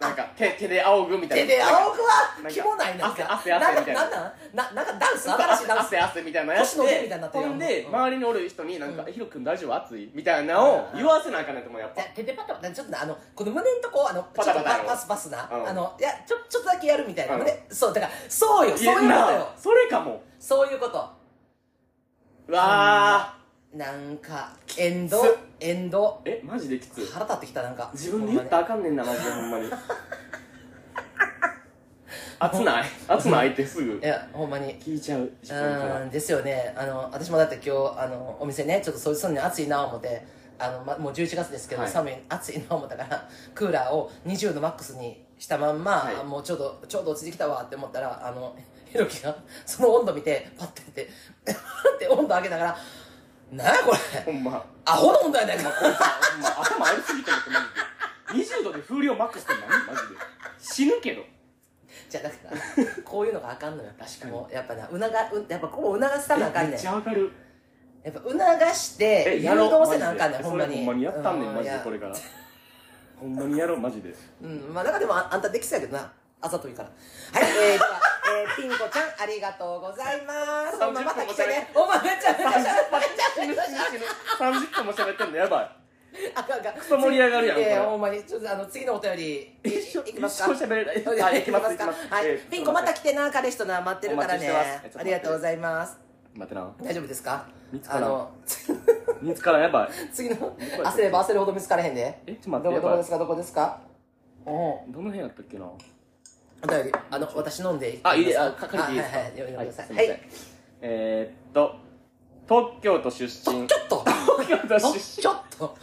S1: なんか手手で仰ぐみたいな
S2: 手で青く
S1: なんか
S2: はキモないなんか
S1: 汗汗汗みたいな
S2: なんなんなんなんかダンス新しい
S1: 汗
S2: ダンス
S1: 汗汗みたいなのやって
S2: 腰の上みたいになってる
S1: ほ
S2: やん
S1: んで、
S2: うん
S1: 周りにおる人になんか
S2: う
S1: 「
S2: ん
S1: えひろくん大丈夫暑い?」みたいなのを言わせなあかんねんと思うやっ
S2: じ
S1: ぱ
S2: ゃ手でパタパタちょっとなあのこの胸のとこあの
S1: パ
S2: ちょ
S1: タ
S2: っと
S1: パタや
S2: パ
S1: ろ
S2: パスパスな
S1: うん
S2: あのいやちょちょっとだけやるみたいな
S1: うん
S2: 胸そうだからそうよそういうこと
S1: な
S2: よ
S1: それかも
S2: そういうこと
S1: うわー
S2: なんかエンド
S1: きつ
S2: エンド
S1: えマジできつい
S2: 腹立ってきたなんか
S1: 自分で言った
S2: ほ
S1: らあか
S2: んま
S1: んねんなマジでほんま に熱ない熱ないってすぐ
S2: にいやほんまに
S1: 聞いちゃう自分から
S2: うんですよねあの私もだって今日あのお店ねちょっとそうそういうのに暑いな思ってあの、ま、もう11月ですけど、
S1: はい
S2: 寒い暑いな思ったからクーラーを20のマックスにしたまんま、
S1: はい
S2: あもうちょうどちょうど落ちてきたわって思ったらあのひろきがその温度見てパッてやってパッて温度上げながら「なんやこ
S1: ほ
S2: れ
S1: んま
S2: アホの問題だよ
S1: ほんま頭ありすぎてるってマジで20度で風量マックスって何マジで死ぬけど
S2: じゃあだからこういうのがあかんのよ
S1: 確かに
S2: もうやっぱな促うやっぱこう促さなあかん
S1: め
S2: ね
S1: っ
S2: ん
S1: ちゃ上がる
S2: やっぱ促して
S1: え
S2: 誘
S1: やろう
S2: 導せなあかん
S1: マジ
S2: ねん
S1: で
S2: ほんま
S1: それ
S2: に
S1: ほんまにやったんね
S2: うん
S1: マジで
S2: いや
S1: これからほんまにやろうマジ で
S2: うんまあ中でもああんたできそうやけどなあざといからはいえー、じゃあ、えー、ピンコちゃんありがとうございます
S1: 30
S2: ほんままた来てねお前めちゃめちゃ喋って
S1: 死ぬ死ぬ死ぬ30分も喋ってんのやばい
S2: あかんあかん
S1: クソ盛り上がるやん
S2: ええ
S1: これ
S2: ほんまにちょっとあの次のお便りい
S1: 一生
S2: いきますか
S1: 一生喋れない
S2: お願
S1: はいい
S2: き
S1: 行き
S2: ま
S1: ますす
S2: か
S1: 行きます
S2: はい、
S1: えー
S2: ピンコまた来てな彼氏とな待ってるからね
S1: お待ちしてます
S2: ありがとうございます
S1: 待ってな
S2: 大丈夫ですか
S1: 見つか
S2: あ
S1: らん
S2: の
S1: 見つからんやばい
S2: 次の焦れば焦るほど見つかれへんで
S1: えちょっと待
S2: ど
S1: って
S2: こ
S1: やば
S2: どこで
S1: い
S2: すかどこですかおお
S1: どの辺やったっけな
S2: お便りあの私飲んで
S1: あいいであかか
S2: あ
S1: り
S2: は
S1: てい
S2: い
S1: い
S2: は
S1: で
S2: い
S1: すか
S2: 読んでくださ
S1: す
S2: いは
S1: ません
S2: い
S1: えーっと特許と出身
S2: ちょっと
S1: 東京都出身
S2: ちょっともう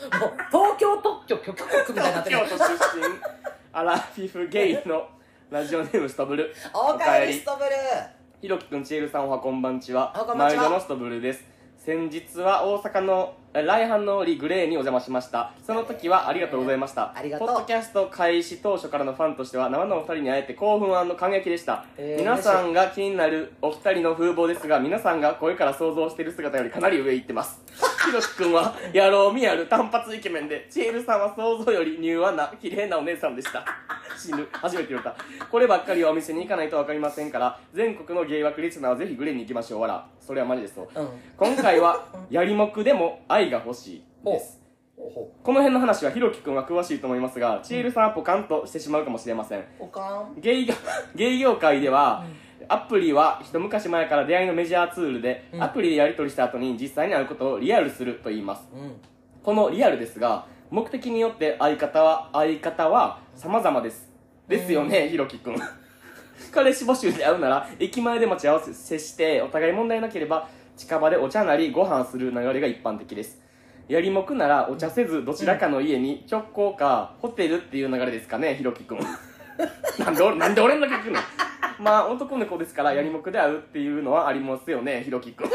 S2: 東京特許許可局みたいにな
S1: 東
S2: って
S1: 京
S2: る
S1: 都出身アラフィフゲイのラジオネームストブル
S2: おかえりストブル
S1: ひろきくんちえるさんおはこんばんちは
S2: おはこんばん
S1: 毎
S2: ちは
S1: 度のストブルです先日は大阪のえ来阪のリグレーにお邪魔しましたその時はありがとうございました
S2: ありがとう
S1: ポッドキャスト開始当初からのファンとしては生のお二人に会えて興奮感激でした、
S2: えー
S1: 皆さんが気になるお二人の風貌ですが皆さんが声から想像している姿よりかなり上行ってます ひろきくんは野郎みやる単発イケメンでちえるさんは想像より柔和な綺麗なお姉さんでした 死ぬ初めて言われたこればっかりはお店に行かないとわかりませんから全国の芸枠リスナーはぜひグレーに行きましょうわらそれはマジですと
S2: うん
S1: 今回はやりもくでも愛が欲しいです
S2: おほ
S1: この辺の話はひろきくんは詳しいと思いますが、ちえるさんはポカンとしてしまうかもしれません。
S2: おかん
S1: ゲイがゲイ業界では、アプリは一昔前から出会いのメジャーツールで、
S2: うん
S1: アプリでやり取りした後に実際に会うことをリアルすると言います。
S2: うん
S1: このリアルですが、目的によって相方は、相方は様々です。ですよね、ひろきくん。 彼氏募集で会うなら、駅前で待ち合わせして、お互い問題なければ、近場でお茶なりご飯する流れが一般的です。やりもくならお茶せず、どちらかの家に直行か、ホテルっていう流れですかね、ひろきくん。 なんで俺、なんで俺の曲くの まあ、男の子ですから、やりもくで会うっていうのはありますよね、ひろきくん。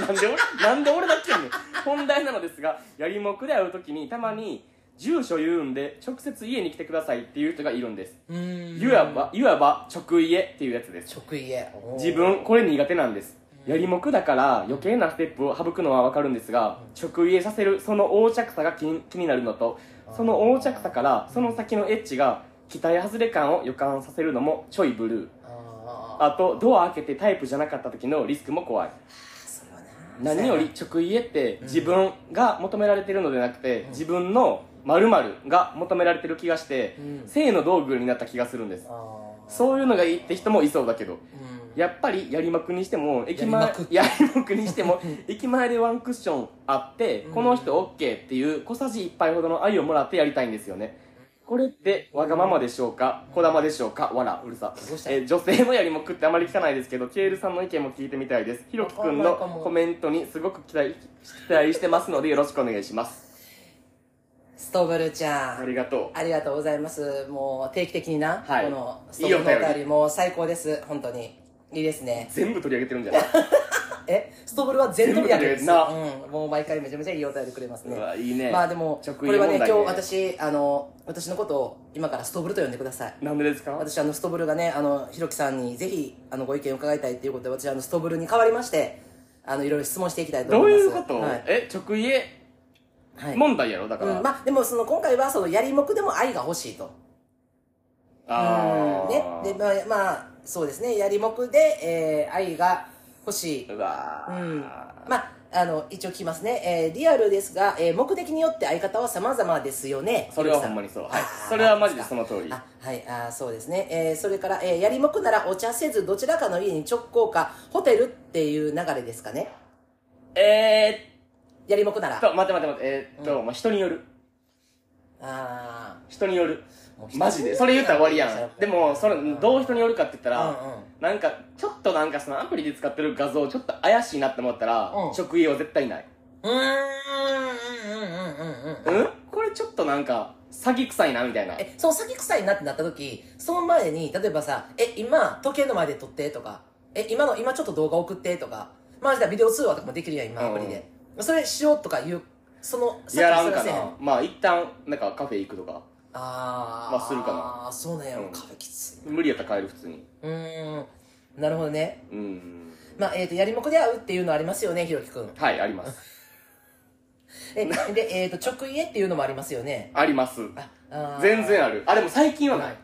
S1: なんで俺、なんで俺だけやねん。本題なのですが、やりもくで会うときに、たまに、住所言うんで、直接家に来てくださいっていう人がいるんです。
S2: うーん
S1: いわば、いわば、直家っていうやつです。
S2: 職家おー
S1: 自分、これ苦手なんです。やりもくだから、余計なステップを省くのはわかるんですが、直家させる、その横着さが気に気になるのと、その横着さから、その先のエッジが、期待外れ感を予感させるのもちょいブルー。
S2: あー
S1: あと、ドア開けてタイプじゃなかった時のリスクも怖い。
S2: それはな
S1: 何より直家って自分が求められてるのでなくて、自分の〇〇が求められてる気がして、
S2: うん
S1: 性の道具になった気がするんです
S2: あ。ー
S1: そういうのがいいって人もいそうだけど、
S2: うん
S1: やっぱりやりまくにしても、駅
S2: や
S1: 前
S2: りまく、
S1: やりまくにして も、駅前でワンクッションあって、この人オッケーっていう小さじ1杯ほどの愛をもらってやりたいんですよね。これってわがままでしょうかこだまでしょうかわら、うるさ
S2: どうし。た
S1: えー女性のやりもくってあまり聞かないですけど、ケールさんの意見も聞いてみたいです。ひろきくん
S2: わ
S1: の
S2: かんないかも
S1: コメントにすごく期待、期待してますのでよろしくお願いします。
S2: ストブルちゃん
S1: ありがと
S2: ありがとうございます。もう定期的にな、
S1: はい
S2: このストップの
S1: いいお
S2: お
S1: 便り
S2: 便りも最高です。本当に。いいです
S1: う。
S2: ね。
S1: 全部取り上げてるんじゃない
S2: え、ストブルは全部やるんです
S1: 全部やる
S2: うん。もう毎回めちゃめちゃいいお便りくれますね。
S1: うわいいね
S2: まあでも、
S1: 直
S2: こ
S1: 営
S2: れはね、
S1: 問題
S2: 今日
S1: ね
S2: 私、あの、私のことを今からストブルと呼んでください。
S1: なんでですか
S2: 私、あの、ストブルがね、あの、ひろきさんにぜひ、あの、ご意見を伺いたいっていうことで、私、あの、ストブルに代わりまして、あの、いろいろ質問していきたいと
S1: ど
S2: 思
S1: う
S2: います。
S1: いうこと、
S2: はい。
S1: え、直家
S2: はい
S1: 問題やろだから。
S2: うん、まあ、でも、その、今回は、その、やりもくでも愛が欲しいと。
S1: あー
S2: ね、で、まあ、まあ、そうですね、やりもくで、えー愛が欲しい。
S1: うわ
S2: う
S1: ー
S2: ん。まあ、あの、一応聞きますね。えーリアルですが、えー目的によって相方は様々ですよね。
S1: それは
S2: ひ
S1: ほ
S2: ろきさ
S1: んまにそう。はい。それはマジでその通り。
S2: あはいあーそうですね、えーそれから、えーやりもくならお茶せずどちらかの家に直行かホテルっていう流れですかね
S1: え
S2: やりもくなら
S1: ーっと、待って待って待って、えーっと、まあ、人による。
S2: あ
S1: 人による
S2: もう。人による
S1: マジで。それ言ったら終わりやん。でも、それ、どう人によるかって言った
S2: あ
S1: ら、
S2: うんうん
S1: なんか、ちょっとなんかそのアプリで使ってる画像、ちょっと怪しいなって思ったら、
S2: うん
S1: 直営は絶対ない。
S2: うーんうんうんうんうんうん
S1: うんこれちょっとなんか、詐欺臭いなみたいな。
S2: えその先臭いなってなった時その前に例えばさ「え今時計の前で撮って」とか「え今の今ちょっと動画送って」とかまあじゃあビデオ通話とかもできるやん今アプリで、それしようとかいうそのさっき
S1: やらん
S2: それ
S1: か
S2: はせえへ
S1: なまあ一旦なんかカフェ行くとか
S2: あー
S1: まあするかな
S2: あーそうなんやろ、
S1: うん
S2: カフェきつい
S1: 無理やったら帰る普通に
S2: うーんなるほどね
S1: うん
S2: まあえっ、とやりもこで会うっていうのありますよねひろきくん
S1: はいあります
S2: えでえっ、と直家っていうのもありますよね
S1: あります
S2: ああー
S1: 全然あるあでも最近はない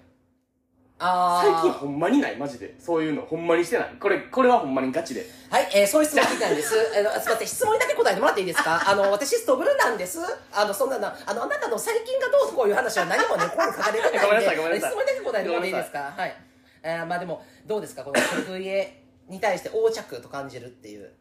S2: あ
S1: 最
S2: ー
S1: 近ほんまにないマジでそういうのほんまにしてないこれこれはほんまにガチで
S2: はい、えー、そういう質問聞いたんです。 あの、すみません、質問にだけ答えてもらっていいで すかあの、私、ストブルなんです。あの、そんなな、あの、あなたの最近がどうとこういう話は何 もね、ここに書かれてないんで、
S1: ごめんなさいごめんなさい
S2: 質問にだけ答えてもらっていいですかはい。えー、まあでも、どうですかこの食家に対して横着と感じるっていう。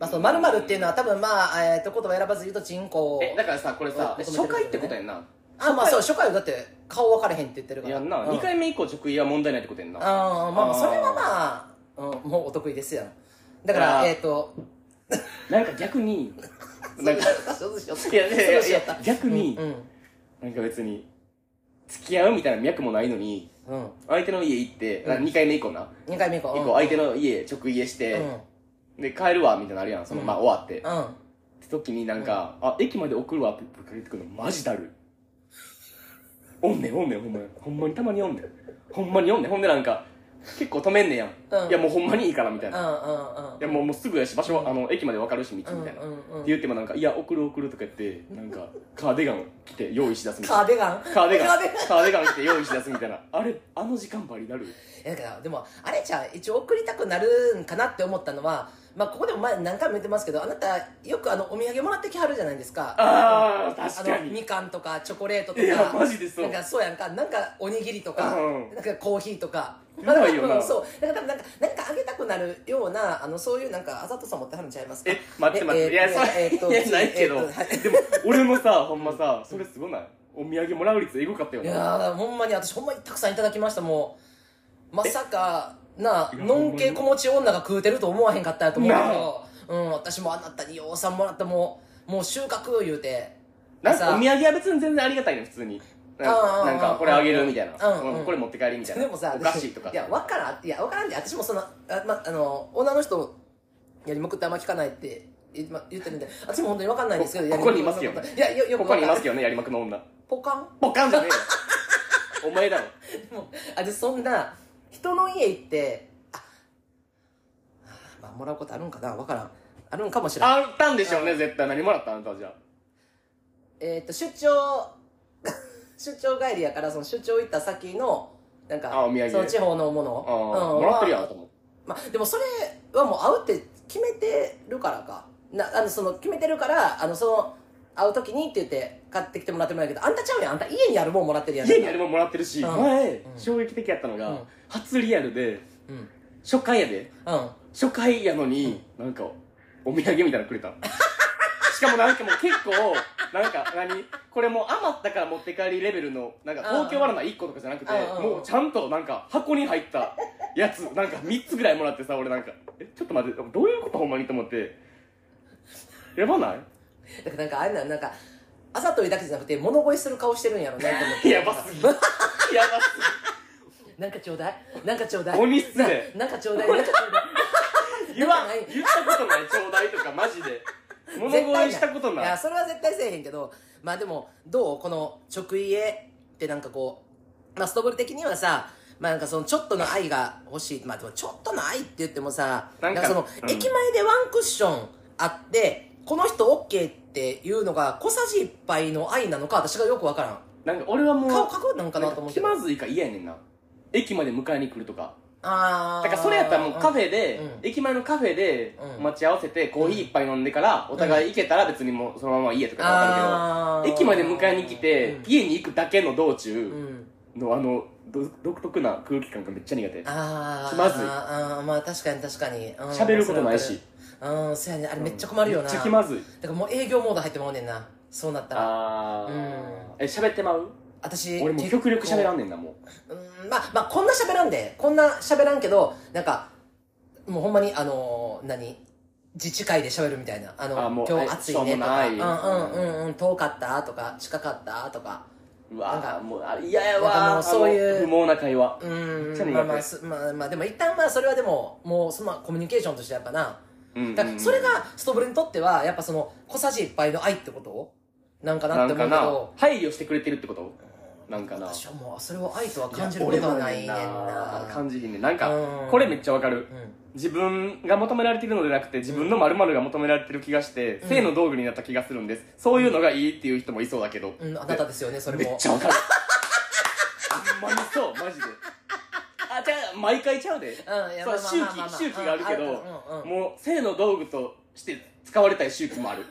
S2: まあ、その、〇〇っていうのは多分、まあ、えっ、と、言葉選ばず言うと人口。
S1: えだからさこれさ
S2: お求めてる
S1: 初回ってことやんな
S2: あ、まあそう、初回はだって、顔分かれへんって言ってるから。
S1: やんな、
S2: う
S1: 2回目以降直営は問題ないってことやんな
S2: あーまあまあ、
S1: あー
S2: それはまあ、うん、もうお得意ですよ。だから、
S1: あー
S2: えっ、 と、
S1: なんか逆 になんか
S2: そうしよう
S1: いやいやいやいや
S2: そうしよう
S1: 逆に、
S2: うん。
S1: なんか別に付き合うみたいな脈もないのに
S2: うん。
S1: 相手の家行って、
S2: うん
S1: 2回目以降な
S2: 2回目以降。
S1: 以降相手の家直家して、で帰るわみたいなのあるやんその、
S2: うん
S1: まあ終わって、っ
S2: うん。うん。
S1: て時になんか、あ駅まで送るわってかけてくるのマジだるいおんねんおんねんほんまにほんまにたまにおんねんほんまにおんねんほんでなんか結構止めんねんやん、
S2: うん
S1: いやもうほんまにいいからみたいな、
S2: う
S1: い
S2: んうんうん。
S1: やもうもうすぐやし場所はあの駅まで分かるし道みたいな、
S2: うんう
S1: っ
S2: んうん
S1: て言ってもなんか「いや送る送る」とか言ってなんかカーディガンを着て用意しだすみた
S2: カ
S1: い
S2: ーデガン
S1: なカーデガン
S2: カーデガン
S1: カーデガン着て用意しだすみたいなあれあの時間バリなる
S2: いやだからでもあれちゃん一応送りたくなるんかなって思ったのはまあここでも前何回も言ってますけどあなたよくあのお土産もらってきはるじゃないですか
S1: あー
S2: うん
S1: 確かに
S2: あのみかんとかチョコレートと
S1: いや
S2: か
S1: マジでそう
S2: なんかそうやんかなんかおにぎりとか
S1: うん
S2: なんかコーヒーとか
S1: うまいよな
S2: うんそうだから多分なんかなんかあげたくなるようなあのそういうなんかあざとさ持ってはるんちゃいますか
S1: え待って待っていやそ
S2: ええっと
S1: れいやないけど
S2: えっとはい
S1: でも俺もさほんまさそれすごないお土産もらう率エゴかったよ
S2: い
S1: な
S2: やーほんまに私ほんまにたくさんいただきましたもうまさかなあ
S1: いや
S2: のんけ子持ち女が食うてると思わへんかったやと思うけ
S1: な
S2: ど、うん、私もあなたにようさんもらったもうもう収穫言うて
S1: なん
S2: さ
S1: かお土産は別に全然ありがたいの普通になん
S2: うんうんう
S1: か
S2: ん
S1: なんかこれあげるみたいな
S2: うんうん
S1: これ持って帰りみたいな
S2: でもさ
S1: お菓子とか
S2: いやわからんいやわからんで私もそのあ,、ま、あの女の人やりまくってあんま聞かないって言,、ま、言ってるんで私も本当にわかんないんですけど
S1: こここにいますよ
S2: やりまくったいやよよく
S1: こ
S2: わ
S1: こ
S2: かん
S1: にいますけどねやりまくの女
S2: ポカン
S1: ポカンじゃね えよお前だろ
S2: もうあでそんな人の家行ってあまあもらうことあるんかなわからんあるんかもしれん
S1: あったんでしょうね絶対何もらったあんたはじゃあ
S2: えっ、と出張 出張帰りやからその出張行った先のなんか
S1: あお土産
S2: その地方のもの
S1: あーもらってるやんと思う
S2: まあ、でもそれはもう会うって決めてるからかなあのその決めてるからあのその会う時にって言って買ってきてもらってもらうけどあんたちゃうやんあんた家にあるもんもらってるやん
S1: 家にあれももらってるし、
S2: うん
S1: 前
S2: うん
S1: 衝撃的やったのが、
S2: うん
S1: 初リアルで
S2: うんうん
S1: 初回やで初回やのに、なんかお土産みたいなのくれた しかもなんかもう結構なんか何これもう余ったから持って帰りレベルのなんか東京わらない1個とかじゃなくて
S2: うんうん
S1: もうちゃんとなんか箱に入ったやつなんか3つぐらいもらってさ俺なんかえちょっと待ってどういうことほんまにと思ってやばない
S2: だからなんかあれなんなんかあざといだけじゃなくて物乞いする顔してるんやろねと思って
S1: やばすぎやばすぎ
S2: なんかちょうだいなんかちょうだい
S1: 鬼っすね
S2: ななんかちょうだいなんかちょう だい
S1: 言わん
S2: なんかない
S1: 言ったことないちょうだいとかマジ で物
S2: 絶対
S1: 乞いしたことない
S2: いやそれは絶対せえへんけどまあでもどうこの直家ってなんかこう、まあ、ストブル的にはさまあなんかそのちょっとの愛が欲しいまあでもちょっとの愛って言ってもさ
S1: なんか
S2: その、
S1: うん
S2: 駅前でワンクッションあってこの人 OK っていうのが小さじ1杯の愛なのか私がよくわからん
S1: なんか俺はもう
S2: 顔隠るのかなと思って
S1: 気まずいか嫌やねんな駅まで迎えに来るとか
S2: あ
S1: だ
S2: あ
S1: からそれやったらもうカフ
S2: ェ
S1: ェで、
S2: うん
S1: 駅前のカフェで
S2: うん
S1: 待ち合わせてコーヒー一杯飲んでからお互い行けたら別にもうそのまま家とかわかるけど駅まで迎えに来て、家に行くだけの道
S2: うんう
S1: 中
S2: ん
S1: のあのど独特な空気感がめっちゃ苦手
S2: あー
S1: 気まずい
S2: あーまあ確かに確かにうん
S1: 喋ることないし
S2: うんそうやねあれめっちゃ困るよな、
S1: めっちゃ気まずい
S2: だからもう営業モード入ってまうねんなそうなったら
S1: ああ、
S2: うん
S1: え喋ってまう
S2: 私
S1: 俺もう極力喋ら
S2: ん
S1: んねんなもう
S2: うんまあまあこんな喋らんでこんな喋らんけどなんかもうほんまにあのー何自治会で喋るみたいな「あの
S1: あもう
S2: 今
S1: え
S2: 日暑いね」と
S1: しょうも
S2: か
S1: な
S2: 「
S1: い
S2: うんうんうんうん遠かった?」とか「近かった?」とか
S1: う
S2: なん
S1: わ
S2: か
S1: あもうあ嫌や
S2: なんか
S1: わ
S2: もう
S1: あ
S2: そういう
S1: の不毛な会話
S2: うん
S1: めっちゃ苦手
S2: まあまあすまあまあでも一旦まあそれはでももうそのまあコミュニケーションとしてやっぱな
S1: うん
S2: だからそれがストブルにとってはやっぱその小さじ一杯の愛ってことなんかな
S1: な
S2: って
S1: ん
S2: 思う
S1: か
S2: け
S1: な
S2: ど
S1: 配慮してくれてるってことなんかな
S2: 私はもうそれを愛とは感じることはないねん
S1: いや俺もやんな
S2: な
S1: 感じひんねんなんか
S2: うん
S1: これめっちゃわかる
S2: うん
S1: 自分が求められてるのではなくて自分の〇〇が求められてる気がして、
S2: うん
S1: 性の道具になった気がするんですそういうのがいいっていう人もいそうだけど、
S2: うん、あなたですよね、それ
S1: めっ
S2: も。
S1: ちゃわかるほんまにそうマジであじゃあ毎回ちゃうで
S2: うん、いや
S1: そ
S2: ま
S1: う
S2: あ
S1: 周
S2: まあまあま
S1: 期周期があるけど、
S2: うんうんうん
S1: もう性の道具として使われたい周期もある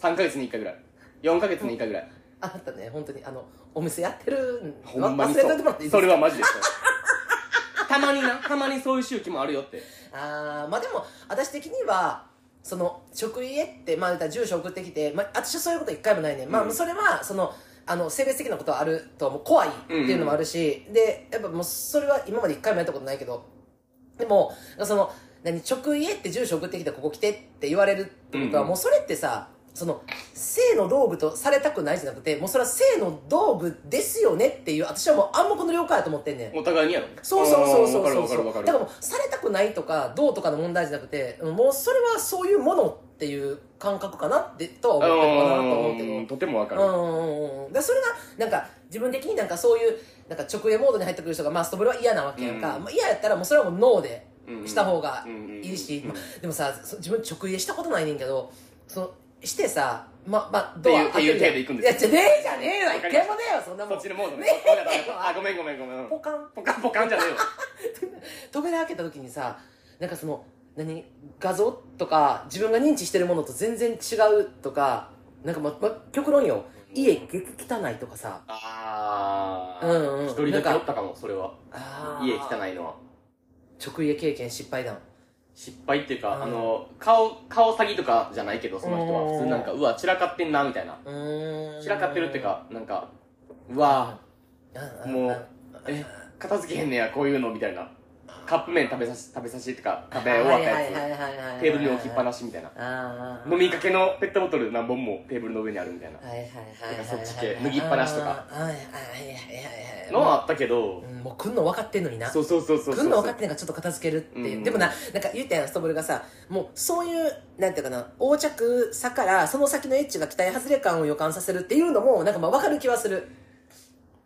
S1: 3ヶ月に1回ぐらい4ヶ月に1回ぐらい
S2: あなたね、本当に、あの、お店やってるん
S1: ほんまに
S2: 忘
S1: そ
S2: れ
S1: う
S2: といてもらっていいです
S1: そ
S2: か
S1: れはマジでそうたまになたまにそういう周期もあるよって
S2: あーまあでも、私的には、その、職家って、まあ言ったら住所送ってきて、まあ、私はそういうこと一回もないね。ま
S1: う
S2: あ、
S1: ん
S2: それは、その、あの、性別的なことはあると、もう怖いっていうのもあるし、で、やっぱもう、それは今まで一回もやったことないけど、でも、その、何、直家って住所送ってきて、ここ来てって言われるってことは、
S1: うん
S2: もうそれってさ、その、性の道具とされたくないじゃなくて、もうそれは性の道具ですよねっていう、私はもう暗黙の了解だと思ってんねん。
S1: お互いにやろ
S2: そうそうそうそう
S1: あー
S2: そ
S1: わ
S2: う
S1: か
S2: そ
S1: るわかるわ
S2: う
S1: か
S2: だから
S1: る
S2: もうされたくないとかどうとかの問題じゃなくてもうそれはそういうものっていう感覚かなってとは思ってるかなと思うけど
S1: うんとてもわかる
S2: うんうんうんだからそれがなんか自分的になんかそういうなんか直営モードに入ってくる人がまあストブルは嫌なわけやんか、
S1: うん
S2: まあ、嫌やったらもうそれはもうノーで
S1: うん
S2: した方が
S1: うん
S2: いいし、
S1: うん
S2: まあでもさそ自分直営したことないねんけどそのしてさまあまあ
S1: ていう
S2: 開けるやん
S1: っていう程度行くんです
S2: いやじゃねえじゃねえよ
S1: わ
S2: 一
S1: か
S2: 回
S1: りまし
S2: もねえよそんなも
S1: そ
S2: ん
S1: っちのモードね
S2: ね
S1: わかったわかったあごめんごめんごめん
S2: ポカン
S1: ポカンポカンじゃねえよ
S2: 扉開けた時にさなんかその何画像とか自分が認知してるものと全然違うとかなんかま、ま、極論よ家激汚いとかさ
S1: ああ
S2: うんうん
S1: 一人だけおったかもそれは家汚
S2: い
S1: いのは
S2: 直家経験失敗談
S1: 失敗っていうか、
S2: うん
S1: あの顔顔詐欺とかじゃないけどその人
S2: うん
S1: は普通なんかうわ散らかってんなみたいな
S2: うーん
S1: 散らかってるっていうかなんかうわ
S2: うん
S1: も
S2: うん
S1: うえ片付けへんねやこういうのみたいなカップ麺食べさし食べさしってか食べ終わったやつ、
S2: や
S1: テーブルに置きっぱな
S2: し
S1: しみたいな飲
S2: 飲
S1: みかけのペットボトル何本もテーブルの上にあるみたいな
S2: はいはいはい
S1: な
S2: は
S1: ん
S2: い
S1: かそっち系脱ぎっぱなしとか
S2: あーはいはいはいはいはい
S1: のはあったけど、
S2: うんもう来んの分かってんのにな
S1: そうそうそうそうそう
S2: 来んの分かってんからちょっと片付けるっていう、
S1: うん
S2: でもななんか言ったやんストブルがさもうそういうなんていうかな横着さからその先のエッジが期待外れ感を予感させるっていうのもなんかまあ分かる気はする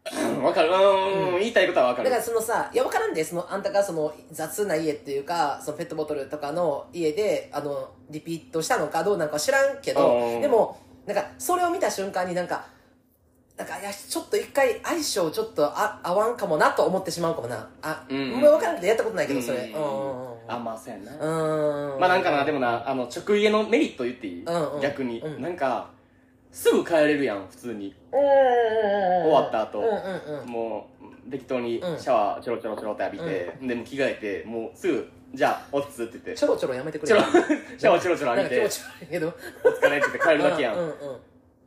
S1: うんわかるうーん、言いたいことはわか
S2: だ
S1: る
S2: からそのさいや分からんでそのあんたがその雑な家っていうかそのペットボトルとかの家であのリピートしたのかどうなんかは知らんけ
S1: う
S2: ど
S1: ん
S2: でもなんかそれを見た瞬間になんかなんかいやちょっと一回相性ちょっとあ合わんかもなと思ってしまうかもなあ、
S1: うん
S2: もう分からんけどやったことないけどそれ、
S1: うん
S2: うんうんうん
S1: あまあそうやな、
S2: うーん
S1: まあなんかなでもなあの直家のメリット言っていい、
S2: うんうん
S1: 逆に、
S2: うん
S1: なんかすぐ帰れるやん普通に
S2: うんうんうん
S1: 終わった後
S2: うんうんうん
S1: もう適当にシ
S2: うん
S1: ャワーちょろちょろちょろって浴びて、でもう着替えてもうすぐじゃあおっつって言って
S2: ちょろちょろやめてくれ
S1: ちょろシャワーち
S2: ち
S1: ょろちょろ
S2: な
S1: 浴
S2: ん
S1: びて
S2: か気持ち悪いけど
S1: お疲れって言って帰るだけやん、
S2: うんうん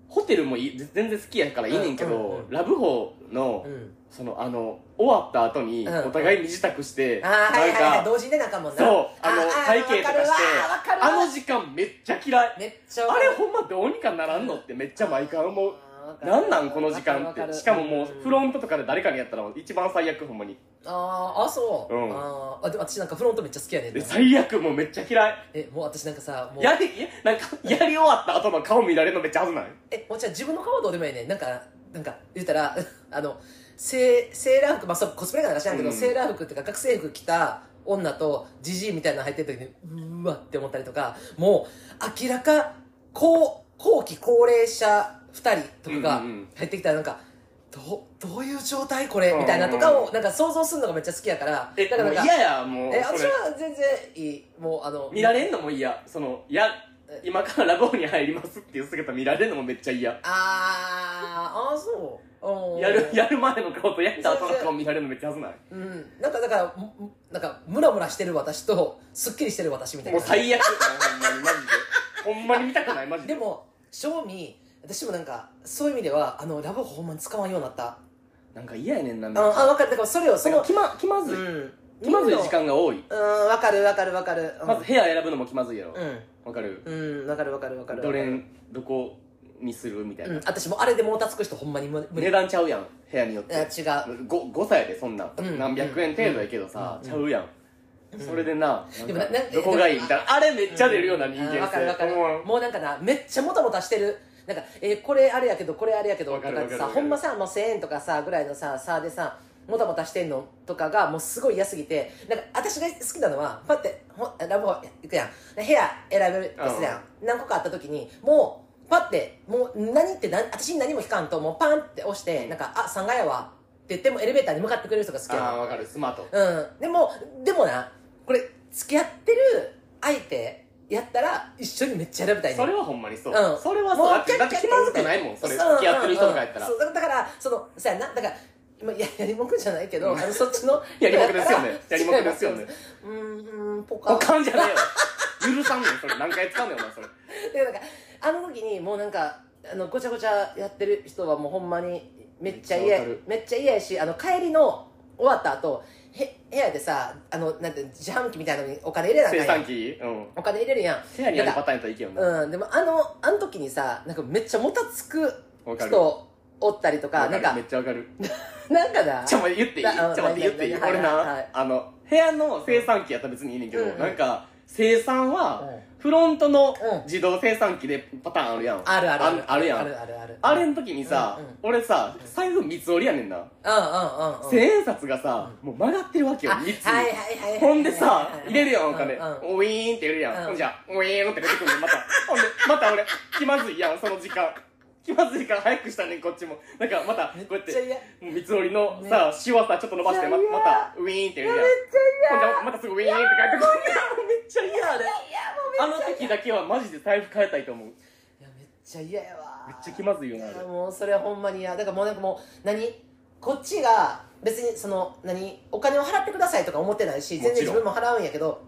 S1: ホテルもいいぜ全然好きやからいいねんけど、
S2: うんうんうん
S1: ラブホの、
S2: うんうん
S1: そのあの終わった後に
S2: うん
S1: お互いに支度して、
S2: あー
S1: なんか、
S2: はいはいはい同時でなんかもんな
S1: そうあの
S2: ー
S1: 会計とかして
S2: わかるわわかる
S1: あ
S2: わ
S1: の時間めっちゃ嫌い
S2: めっちゃ
S1: あ
S2: わかる
S1: れほんまどうにかならんのってめっちゃ毎回思う
S2: あーわかる
S1: なんなんこの時間
S2: わ
S1: っ
S2: かるわ
S1: て
S2: かる
S1: しかももうフロ
S2: ん
S1: ントとかで誰かにやったら一番最悪ほんまに
S2: あーあそう
S1: うん
S2: あーあでも私なんかフロントめっちゃ好きやねん
S1: で
S2: な
S1: 最悪もうめっちゃ嫌い
S2: えもう私なんかさもう
S1: やでいやなんか やり終わった後の顔見られるのめっちゃ危ない
S2: えもうじゃあ自分の顔はどうでもいいねんなんかなんか言ったら あのセーセーラー服まあそうコスプレかなんか知らんけど、
S1: うん
S2: セーラー服っていうか学生服着た女とジジイみたいなの入ってる時にうーわって思ったりとかもう明らか高後期高齢者2人とかが
S1: うんうんうん
S2: 入ってきたらなんか、どうどういう状態これ
S1: うん
S2: みたいなとかをなんか想像するのがめっちゃ好きやから
S1: えだ
S2: だ
S1: か
S2: かららなんか
S1: 嫌やもう
S2: え
S1: そ
S2: 私
S1: れ
S2: は全然いいもうあの
S1: 見られんのも嫌そのいや今からラボに入りますっていう姿見られるのもめっちゃ嫌
S2: あーあーそううん
S1: やるやる前の顔とやった後の顔見られるのめっちゃ危ない
S2: うん、なんかだからむむなんかムラムラしてる私とすっきりしてる私みたい
S1: もう
S2: な
S1: 最悪ほんまにマジでほんまに見たくないマジで
S2: でも正味私もなんかそういう意味ではあのラブホほんまに使わんようになった、
S1: なんか嫌やねんなめっ
S2: う
S1: ち
S2: ん、あ
S1: ゃ
S2: 分かるだからそれをそ
S1: なん
S2: の
S1: か気ま気まずい
S2: ん
S1: 気まずい時間が多い
S2: うん分かる分かる分かる、うん、
S1: まず部屋選ぶのも気まずいやろ
S2: うん
S1: わかる
S2: うん分かる分かる分かる
S1: どれんどこにするみたいうなん
S2: 私もあれでもうたつく人ほんまに無無理
S1: 値段ちゃうやん部屋によっ
S2: あ
S1: て
S2: 違う
S1: ご誤差やでそんなん
S2: うん
S1: 何百円程度やけどさ
S2: うん
S1: ちゃうやん
S2: う
S1: それでな
S2: でもななんか
S1: どこがいいみたいなあれめっちゃ出るような人間
S2: わかるわかる
S1: 思わん
S2: もうなんかなめっちゃもたもたしてるなんか、えーこれあれやけどこれあれやけど
S1: わ
S2: と
S1: か
S2: か
S1: るわかる
S2: さ
S1: わか
S2: ほ
S1: る
S2: んまさもう1000円とかさぐらいのささでさもたもたしてんのとかがもうすごい嫌すぎてなんか私が好きなのはパってほラブホ行くやん部屋選べるとするやん何個かあった時にもうパってもう何って何私に何も聞かんともうパンって押してなんか「あ3階やわ」って言ってもエレベーターに向かってくれる人が好き
S1: あ
S2: やん
S1: あーわかるスマート
S2: うん。でも、でもな、これ、付き合ってる相手やったら、一緒にめっちゃ選びたいね
S1: それはほんまにそう
S2: うん
S1: それは
S2: も
S1: そう
S2: う
S1: だってだって気まずくないもんそれ付き合ってる人とかやったら
S2: そう、だから、その、さやな、だから、今、ややりもくじゃないけど、あの、そっちの。
S1: やりもくですよねやりもくですよね。
S2: うーん、ポカ
S1: お。かんじゃねえよ許さんねんそれ何回使うねんお前それ
S2: でなんかあの時にもうなんかあのごちゃごちゃやってる人はもうほんまにめっちゃ嫌
S1: めっちゃわ
S2: や
S1: かる
S2: めっちゃ嫌やしあの帰りの終わった後へ部屋でさあのなんて自販機みたいなのにお金入れなあか
S1: 生
S2: んや
S1: 産
S2: ん
S1: 機うん
S2: お金入れるやん
S1: 部屋にあるパターンやったらいいけどな
S2: うん、でもあのあの時にさなんかめっちゃもたつく
S1: わかる
S2: 人おったりとか
S1: わ
S2: なん
S1: るめ
S2: か
S1: っちゃわかる
S2: なんかな
S1: ちょ、待って、言っていいちょ、
S2: ああ
S1: 待って、言っていい
S2: 何何
S1: 俺
S2: はいはいは、
S1: ないあの、部屋の生産機やったら別にいいねんけど
S2: うんう、ん
S1: なんか、生産は
S2: うん、
S1: フロントの
S2: うん
S1: 自動生産機でパターンあるやん。
S2: あるある
S1: ああるや
S2: あ
S1: ん。
S2: るあるある
S1: あれの時にさ
S2: うんうん、
S1: 俺さ、財布三つ折りやねんな。
S2: うんうんうんうん
S1: 千円札がさ、もう曲がってるわけよ、
S2: あはい
S1: 三つ
S2: はい
S1: に。
S2: はいはい
S1: ほんでさ
S2: はいはいは、い
S1: 入れるやん、お金。ウ
S2: うんうん
S1: ィーンって入れるや。
S2: うんん
S1: ほんじゃ、ウィーンって出てくるの、また。ほんで、また俺、気まずいやん、その時間。気まずいから早くしたねん、こっちも。なんか、また、こう
S2: め
S1: やっ
S2: ってちゃ。嫌や
S1: もう三つ折りのさ、シワさ、ちょっと伸ばして、ま
S2: めっちゃ嫌
S1: また、ウィーンってやるやん。ほんじゃまたすぐウィーンって帰ってくる。めっちゃ嫌あれ。あの時だけはマジで財布変えたいと思う。めっ
S2: いやめっちゃ嫌やわ
S1: ちゃ気まずいよな、あ
S2: いや
S1: れ。
S2: もうそれはほんまに嫌だからもうなんかもう何こっちが別にその何お金を払ってくださいとか思ってないし全
S1: もち
S2: 然
S1: ろ
S2: 自
S1: ん
S2: 分も払うんやけど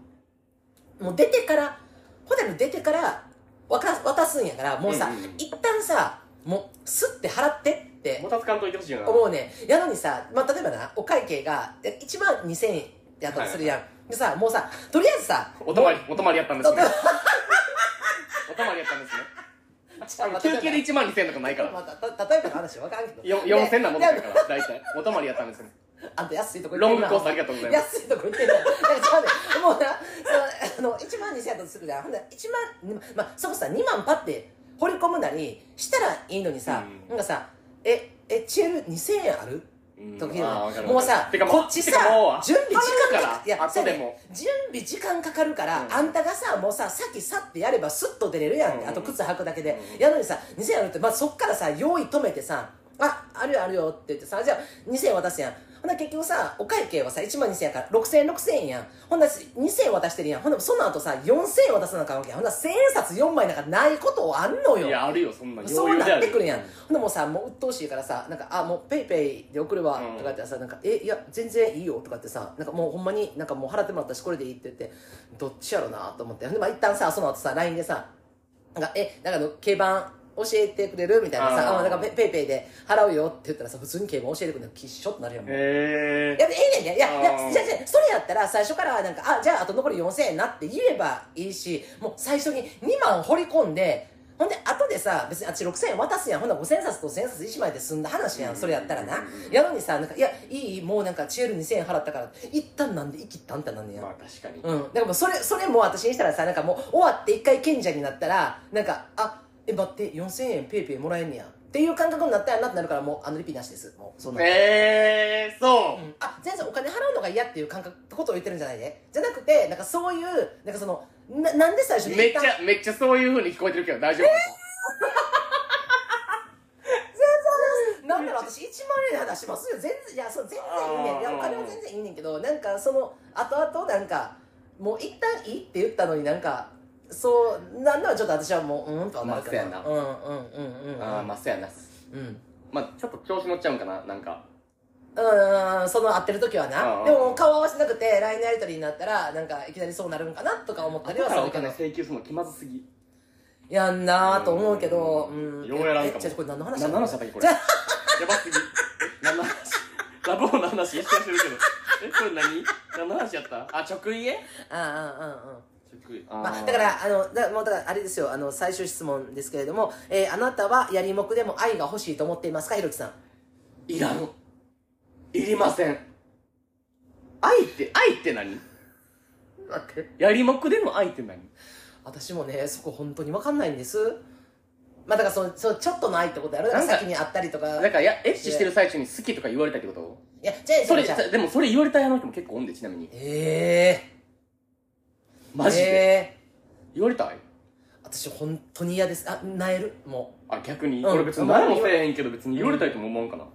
S2: もう出てからホテル出てから渡す渡すんやからもうさ、
S1: うんうんうん
S2: 一旦さもうスッて払ってって
S1: もたつかんといてほしいよな。
S2: 思うねやのにさ、まあ、例えばなお会計が1万2000円やったとするやん、でさもうさとりあえずさ
S1: お泊まり、 お泊まりやったんですね
S2: お。
S1: お泊まりやったんです ね。
S2: ちょっと待って
S1: 休憩で1万2000円とかないから。
S2: また例えばの話分からんけど
S1: よ4000なもんだか
S2: で
S1: ら、大体。お泊まりやったんですね。
S2: あんた安いとこ行
S1: ロ
S2: っ
S1: ン
S2: て
S1: グ
S2: な
S1: コースありがとうございます。
S2: 安いとこ行ってんじゃんだからちゃうねんもうなそのあの1万2000円だとするじゃんほんで1万まあそこさ2万パって掘り込むなりしたらいいのにさ、
S1: うん
S2: なんかさええチエル2000円ある
S1: うん
S2: 時
S1: あーわかるわかる
S2: もうさ
S1: てかもう
S2: こっち
S1: て
S2: さ
S1: かもう
S2: 準備時
S1: 頼む
S2: 間
S1: から
S2: いや
S1: 後で
S2: そうやね
S1: も
S2: 準備時間かかるから、
S1: うん
S2: あんたがさもうささっきさってやればスッと出れるやん、
S1: うん
S2: あと靴履くだけで、
S1: うん
S2: やのにさ2000円あるって、まあ、そっからさ用意止めてさああるよあるよって言ってさじゃあ2000円渡すやんほんなら結局さお会計はさ1万2000円やから6000円6000円やんほんなら2000円渡してるやんほんならその後さ4000円渡さなあかんわけやんほんなら1000円札4枚なんかないことあんのよ
S1: いや、あるよ、そんな。
S2: そう
S1: で
S2: な
S1: あ
S2: ってくるやん、ほんでもうさもう鬱陶しいからさ「なんかあもうペイペイで送るわ」とか言ってさ「なんかえいや全然いいよ」とかってさなんかもうほんまになんかもう払ってもらったしこれでいいって言ってどっちやろなと思ってほんでまあ一旦さその後さ LINE でさ「なんかえなんかあの競馬教えてくれる?」みたいなさ「
S1: あー
S2: あなんかペペイペイで払うよ」って言ったらさ普通に競馬教えてくれるのきっしょってなるやんもう
S1: へ
S2: いや、ええねんね。いや、い
S1: あー
S2: や、じゃあじゃあそれやったら、最初から、なんか、あ、じゃあ、あと残り4000円なって言えばいいし、もう最初に2万掘り込んで、ほんで、後でさ、別にあっち6000円渡すやん。ほんなら5000冊と1000冊1枚で済んだ話やん。それやったらな。やのにさ、なんか、いや、いい、もうなんか、チエル2000円払ったから、一旦なんで生きたんってなんね
S1: え。
S2: や。
S1: まあ、確かに。
S2: うん。だからもうそれ、それも私にしたらさ、なんかもう終わって一回賢者になったら、なんか、あ、え、待って、4000円ペイペイもらえんねや。っていう感覚になったやなってなるから、もう、あの、リピなしです。もう、そんな。
S1: ええ、そう
S2: うんあ全然お金払うのが嫌っていう感覚ことを言ってるんじゃないでじゃなくてなんかそういうなんかそのななんで最初に
S1: めっ
S2: 一
S1: ち
S2: 旦
S1: ゃめっちゃそういう風に聞こえてるけど大丈夫、
S2: なんなら私1万円で話しますよ全然いやそう全然いいねんい
S1: あー
S2: やお金は全然いいねんけどなんかその後々なんかもう一旦いいって言ったのになんかそうなんならちょっと私はもううんとはなるけど
S1: まあ
S2: うんうんうんうんうん
S1: ああまあそうやな
S2: うん
S1: まあちょっと調子乗っちゃうんかななんか
S2: うんその会ってる時は
S1: う
S2: なんでも顔合わせなくて LINE のやり取りになったらなんかいきなりそうなるんかなとか思った
S1: 後
S2: りは
S1: か
S2: す
S1: ら
S2: る
S1: お
S2: けど
S1: 金請求するの気まずすぎ
S2: やんなーと思うけど、
S1: うん
S2: うん。
S1: ようやらんかも
S2: えちょこれ何の話
S1: 何の話だったっけこれ
S2: じ
S1: や
S2: ゃ
S1: ばすぎ 何の話ラブホの話一緒にしてるけどえこれ何何の話やったあ直家
S2: あ、ああ、うん、う
S1: 直
S2: ん。
S1: 家あ
S2: まあ、だから、あの、だもうだから、あれですよ、あの、最終質問ですけれども、えーあなたは、やりもくでも愛が欲しいと思っていますか、ひろきさん。
S1: いらんいりません愛って愛って何
S2: なんか
S1: やりもくでの愛って何
S2: 私もねそこ本当に分かんないんですまあだからそのそのちょっとの愛ってことやろだから
S1: なんか
S2: 先にあったりとか
S1: なんかやエッチしてる最中に好きとか言われたいってこと
S2: いやじゃあ
S1: それ
S2: じゃあ
S1: でもそれ言われたいあの人も結構おんでちなみに
S2: ええ
S1: マジで
S2: え
S1: 言われたい
S2: え私本当に嫌ですあなえるも
S1: あ逆に
S2: うん
S1: 俺別に何もせえへんけど別に言われたいとも思うんかな
S2: う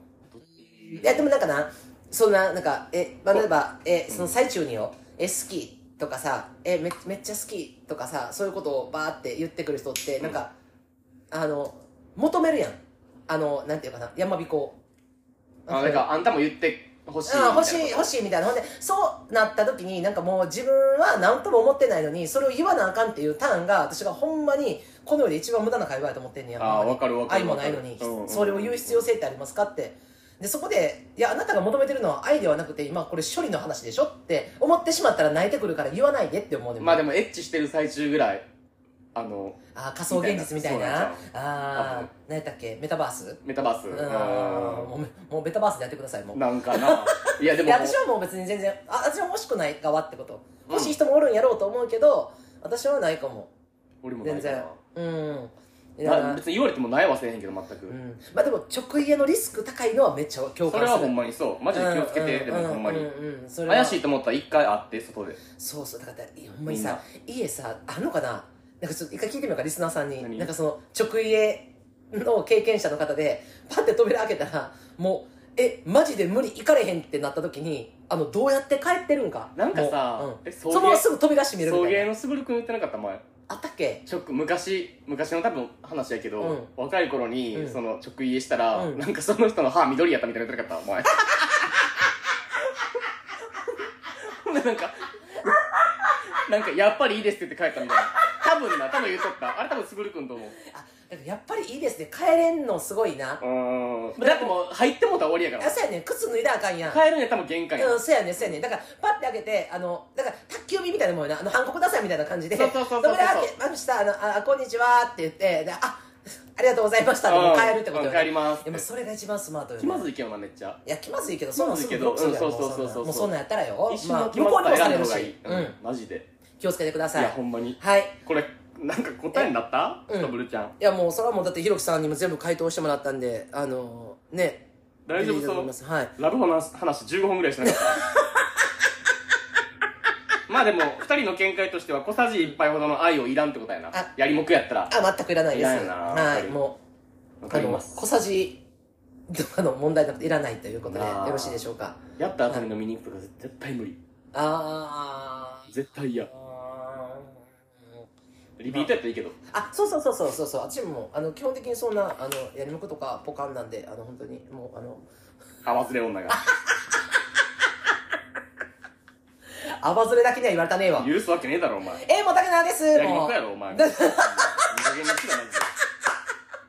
S2: いやでもなんかなそんななんかえ、まあ、例えばえその最中によえ好きとかさえめめっちゃ好きとかさそういうことをバーって言ってくる人ってなんか、あの求めるやんあのなんていうかな山彦
S1: あなんかあんたも言ってほしいみ
S2: う
S1: た
S2: ん、
S1: いなこ
S2: 欲
S1: と
S2: しい欲しいみたいなほんでそうなった時になんかもう自分は何とも思ってないのにそれを言わなあかんっていうターンが私がほんまにこの世で一番無駄な会話やと思ってんねや
S1: あー
S2: ほんまに
S1: わかるわかる
S2: 愛もないのに、
S1: うんうん
S2: それを言う必要性ってありますかってでそこでいやあなたが求めてるのは愛ではなくて今これ処理の話でしょって思ってしまったら泣いてくるから言わないでって思うねん
S1: まあでもエッチしてる最中ぐらいあの
S2: あー仮想現実みたいな
S1: みたいな多
S2: あー
S1: 分
S2: 何やったっけメタバース
S1: メタバース
S2: うん
S1: あ
S2: もうめもうメタバースでやってくださいもう
S1: ーなんか ないやでも
S2: で私はもう別に全然あ私は欲しくない側ってこと
S1: うん
S2: 欲しい人もおるんやろうと思うけど、私はないかも
S1: 俺もな
S2: 全
S1: いか
S2: 然
S1: な
S2: うんだか
S1: な
S2: ら
S1: 別に言われてもないはせえへんけど全く、
S2: うんまあでも直家のリスク高いのはめっちゃ共
S1: そ
S2: 感する
S1: れはほんまにそうマジで気をつけて、
S2: うん
S1: でもほんまに、
S2: うんうんうんそれは
S1: 怪しいと思ったら一回会って外で
S2: そうそうだからほんまにさ家さあんのかななんかちょっと一回聞いてみようかリスナーさんに
S1: 何
S2: なんかその直家の経験者の方でパッて扉開けたらもうえマジで無理行かれへんってなった時にあのどうやって帰ってるんか
S1: なんかさ
S2: もううん
S1: え
S2: そ
S1: 送迎
S2: のまますぐ扉閉めるみ
S1: 送
S2: たいな
S1: 迎のすぐるくん言ってなかった前
S2: あったっけ
S1: 直昔昔の多分話やけど、
S2: うん
S1: 若い頃に、
S2: うん
S1: その直家したら、
S2: うん
S1: なんかその人の歯緑やったみたいな言ってなかったお前ほんでなんかなんかやっぱりいいですって言って帰ったみたいな多分な多分言っとったあれ多分すぐるくんと思う
S2: あだからやっぱりいいですね帰れんのすごいな
S1: うーんだってもう入ってもうたら終わりやか
S2: あそうやねん靴脱いだらあかんやん
S1: ら帰るんやったらもう限界や
S2: うん、そうやねんそうやねんだからパッて開けてあのだから宅急便みたいなもんやなあの韓国ダサいみたいな感じで
S1: そうそうそうそうそう
S2: 扉開けましたあのあこんにちはって言ってであ ありがとうございましたってもう帰るってこと
S1: う
S2: よ
S1: んう
S2: ね
S1: ん帰ります
S2: でもそれが一番スマートよね
S1: 気まずいけどなめっちゃ
S2: いや気まずいけどそんなんすぐ
S1: 気
S2: ブロ
S1: ま
S2: ッ
S1: ず
S2: クす
S1: い
S2: る
S1: け
S2: や
S1: ど
S2: ろ
S1: うんそうそうそうそう
S2: もうそんなんやったらよ
S1: 一瞬
S2: まあ
S1: の気
S2: 向
S1: ま
S2: こう
S1: ず
S2: に
S1: さ
S2: も
S1: 選んだ方
S2: されるし
S1: がいい、
S2: うん
S1: マジで
S2: 気をつけてくだ
S1: い
S2: さい
S1: やほんまに
S2: はい
S1: これなんか答えになった
S2: うん
S1: ストブルちゃん
S2: いやもうそれはもうだってひろきさんにも全部回答してもらったんであのね
S1: 大丈夫
S2: いいと思いますはい
S1: ラブホの話15分ぐらいしなか ったまあでも2人の見解としては小さじ1杯ほどの愛をいらんってことやな
S2: あ
S1: やりもくやったら
S2: あ、全くいらないです。
S1: いらんよな
S2: は
S1: わか
S2: い、
S1: る
S2: も
S1: わ
S2: う、
S1: か
S2: あ
S1: り
S2: の、
S1: ます
S2: 小さじとかの問題なくていらないということで、
S1: な
S2: よ
S1: あ
S2: ろしいでしょうか。
S1: やった後に飲みに行くとか絶対無理
S2: あー。
S1: 絶対嫌
S2: あ
S1: リピートやったらいいけど
S2: ーあ、そうそうそうそうそうそう、私も、あの、基本的にそんな、あの、やりもくとか、ポカンなんで、あの、本当に、もう、あの、
S1: あ忘れ女が
S2: あばずれだけには言われたねえわ。
S1: 許すわけねえだろお前
S2: えー、もう竹縄です。
S1: やり
S2: も
S1: も
S2: う
S1: くやろお前いい
S2: だ
S1: 加減にしろマジで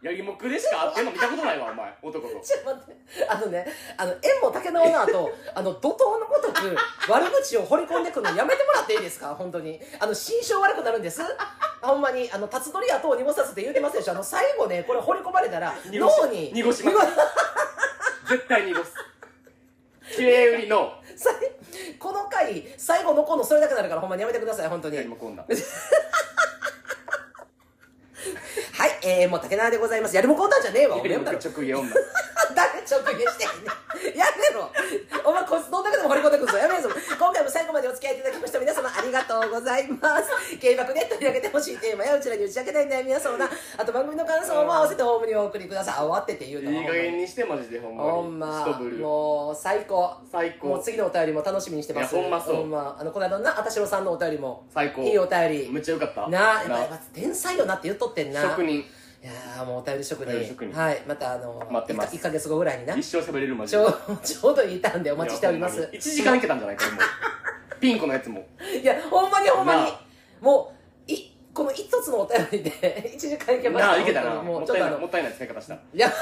S1: やりもくでしか会ってんの見たことないわお前男と
S2: ちょっと待って、あのね、あの、縁も竹縄 の後、あの、怒涛のごとく、悪口を掘り込んでくるのやめてもらっていいですか本当に。あの、心象悪くなるんです。ほんまに、あの、立ち取り後を濁させて言うてますでしょあの、最後ね、これ掘り込まれたら、
S1: 濁し
S2: 脳に、
S1: 濁します絶対 濁す綺麗売りの
S2: さい この回、最後残るのそれだけなるから、ほんまにやめてください、本当に。
S1: や
S2: は
S1: り
S2: い
S1: もこんだ
S2: えー、もう竹縄でございます。やりもこんなんじゃねえわ、お
S1: や
S2: 前
S1: り
S2: や
S1: も
S2: め
S1: く
S2: たろ。
S1: 直言女
S2: 誰直撃してんねんやめろお前こいつどんだけでも掘り込んでくるぞやめろぞ今回も最後までお付き合いいただきました皆様ありがとうございます芸爆で取り上げてほしいテーマやうちらに打ち明けたい悩みやそうなあと番組の感想も合わせてホームにお送りくださいあ終わってって言うの
S1: いい加減にしてマジでほんまに
S2: ほんま
S1: ストブル
S2: もう最高
S1: 最
S2: もう
S1: 高
S2: 次のお便りも楽しみにしてます
S1: いやほんまそう
S2: あのこの間のなあたしろさんのお便りも
S1: 最高
S2: いいお便り
S1: めっちゃよかった
S2: なあやっぱやっぱ天才よなって言っとってんな
S1: 職人
S2: いやーもうお便り職人
S1: お便り職人
S2: はいまたあの
S1: 待ってます
S2: 1か月後ぐらいにな
S1: 一生喋れるマジ
S2: ち
S1: で
S2: ょうちょうどいいターンでお待ちしております。
S1: 1時間いけたんじゃないかもうピンコのやつも
S2: いや、ほんまにほんまに
S1: なあ。
S2: もう、い、この一つのお便りで1時間いけました。
S1: なあいけたな
S2: 本当にも
S1: も
S2: う
S1: っ
S2: ちょっ
S1: い
S2: たと
S1: な
S2: あ
S1: いも
S2: の、
S1: ったいない使い方した
S2: いや、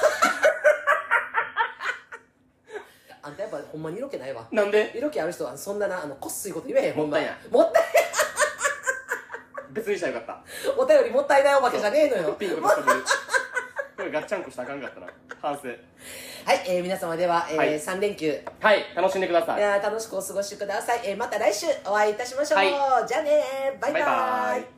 S2: あんたやっぱほんまに色気ないわ。
S1: なんで
S2: 色気ある人はそんなな、あの、こっすいこと言えへん、ほんまに
S1: もったい。
S2: もったい
S1: 別にしたらよかっ
S2: お便りもったいないお化けじゃねえの
S1: た
S2: よ。
S1: ピンコとストブルこれガッチャンコしたらあかんかったな反省
S2: はい、えー皆様では、えー
S1: はい
S2: 3連休、
S1: はい楽しんでください
S2: いやー楽しくお過ごしください、えーまた来週お会いいたしましょう、
S1: はい
S2: じゃあねーバ
S1: バイ
S2: イババイバ
S1: バ
S2: ー
S1: ー
S2: イ
S1: イ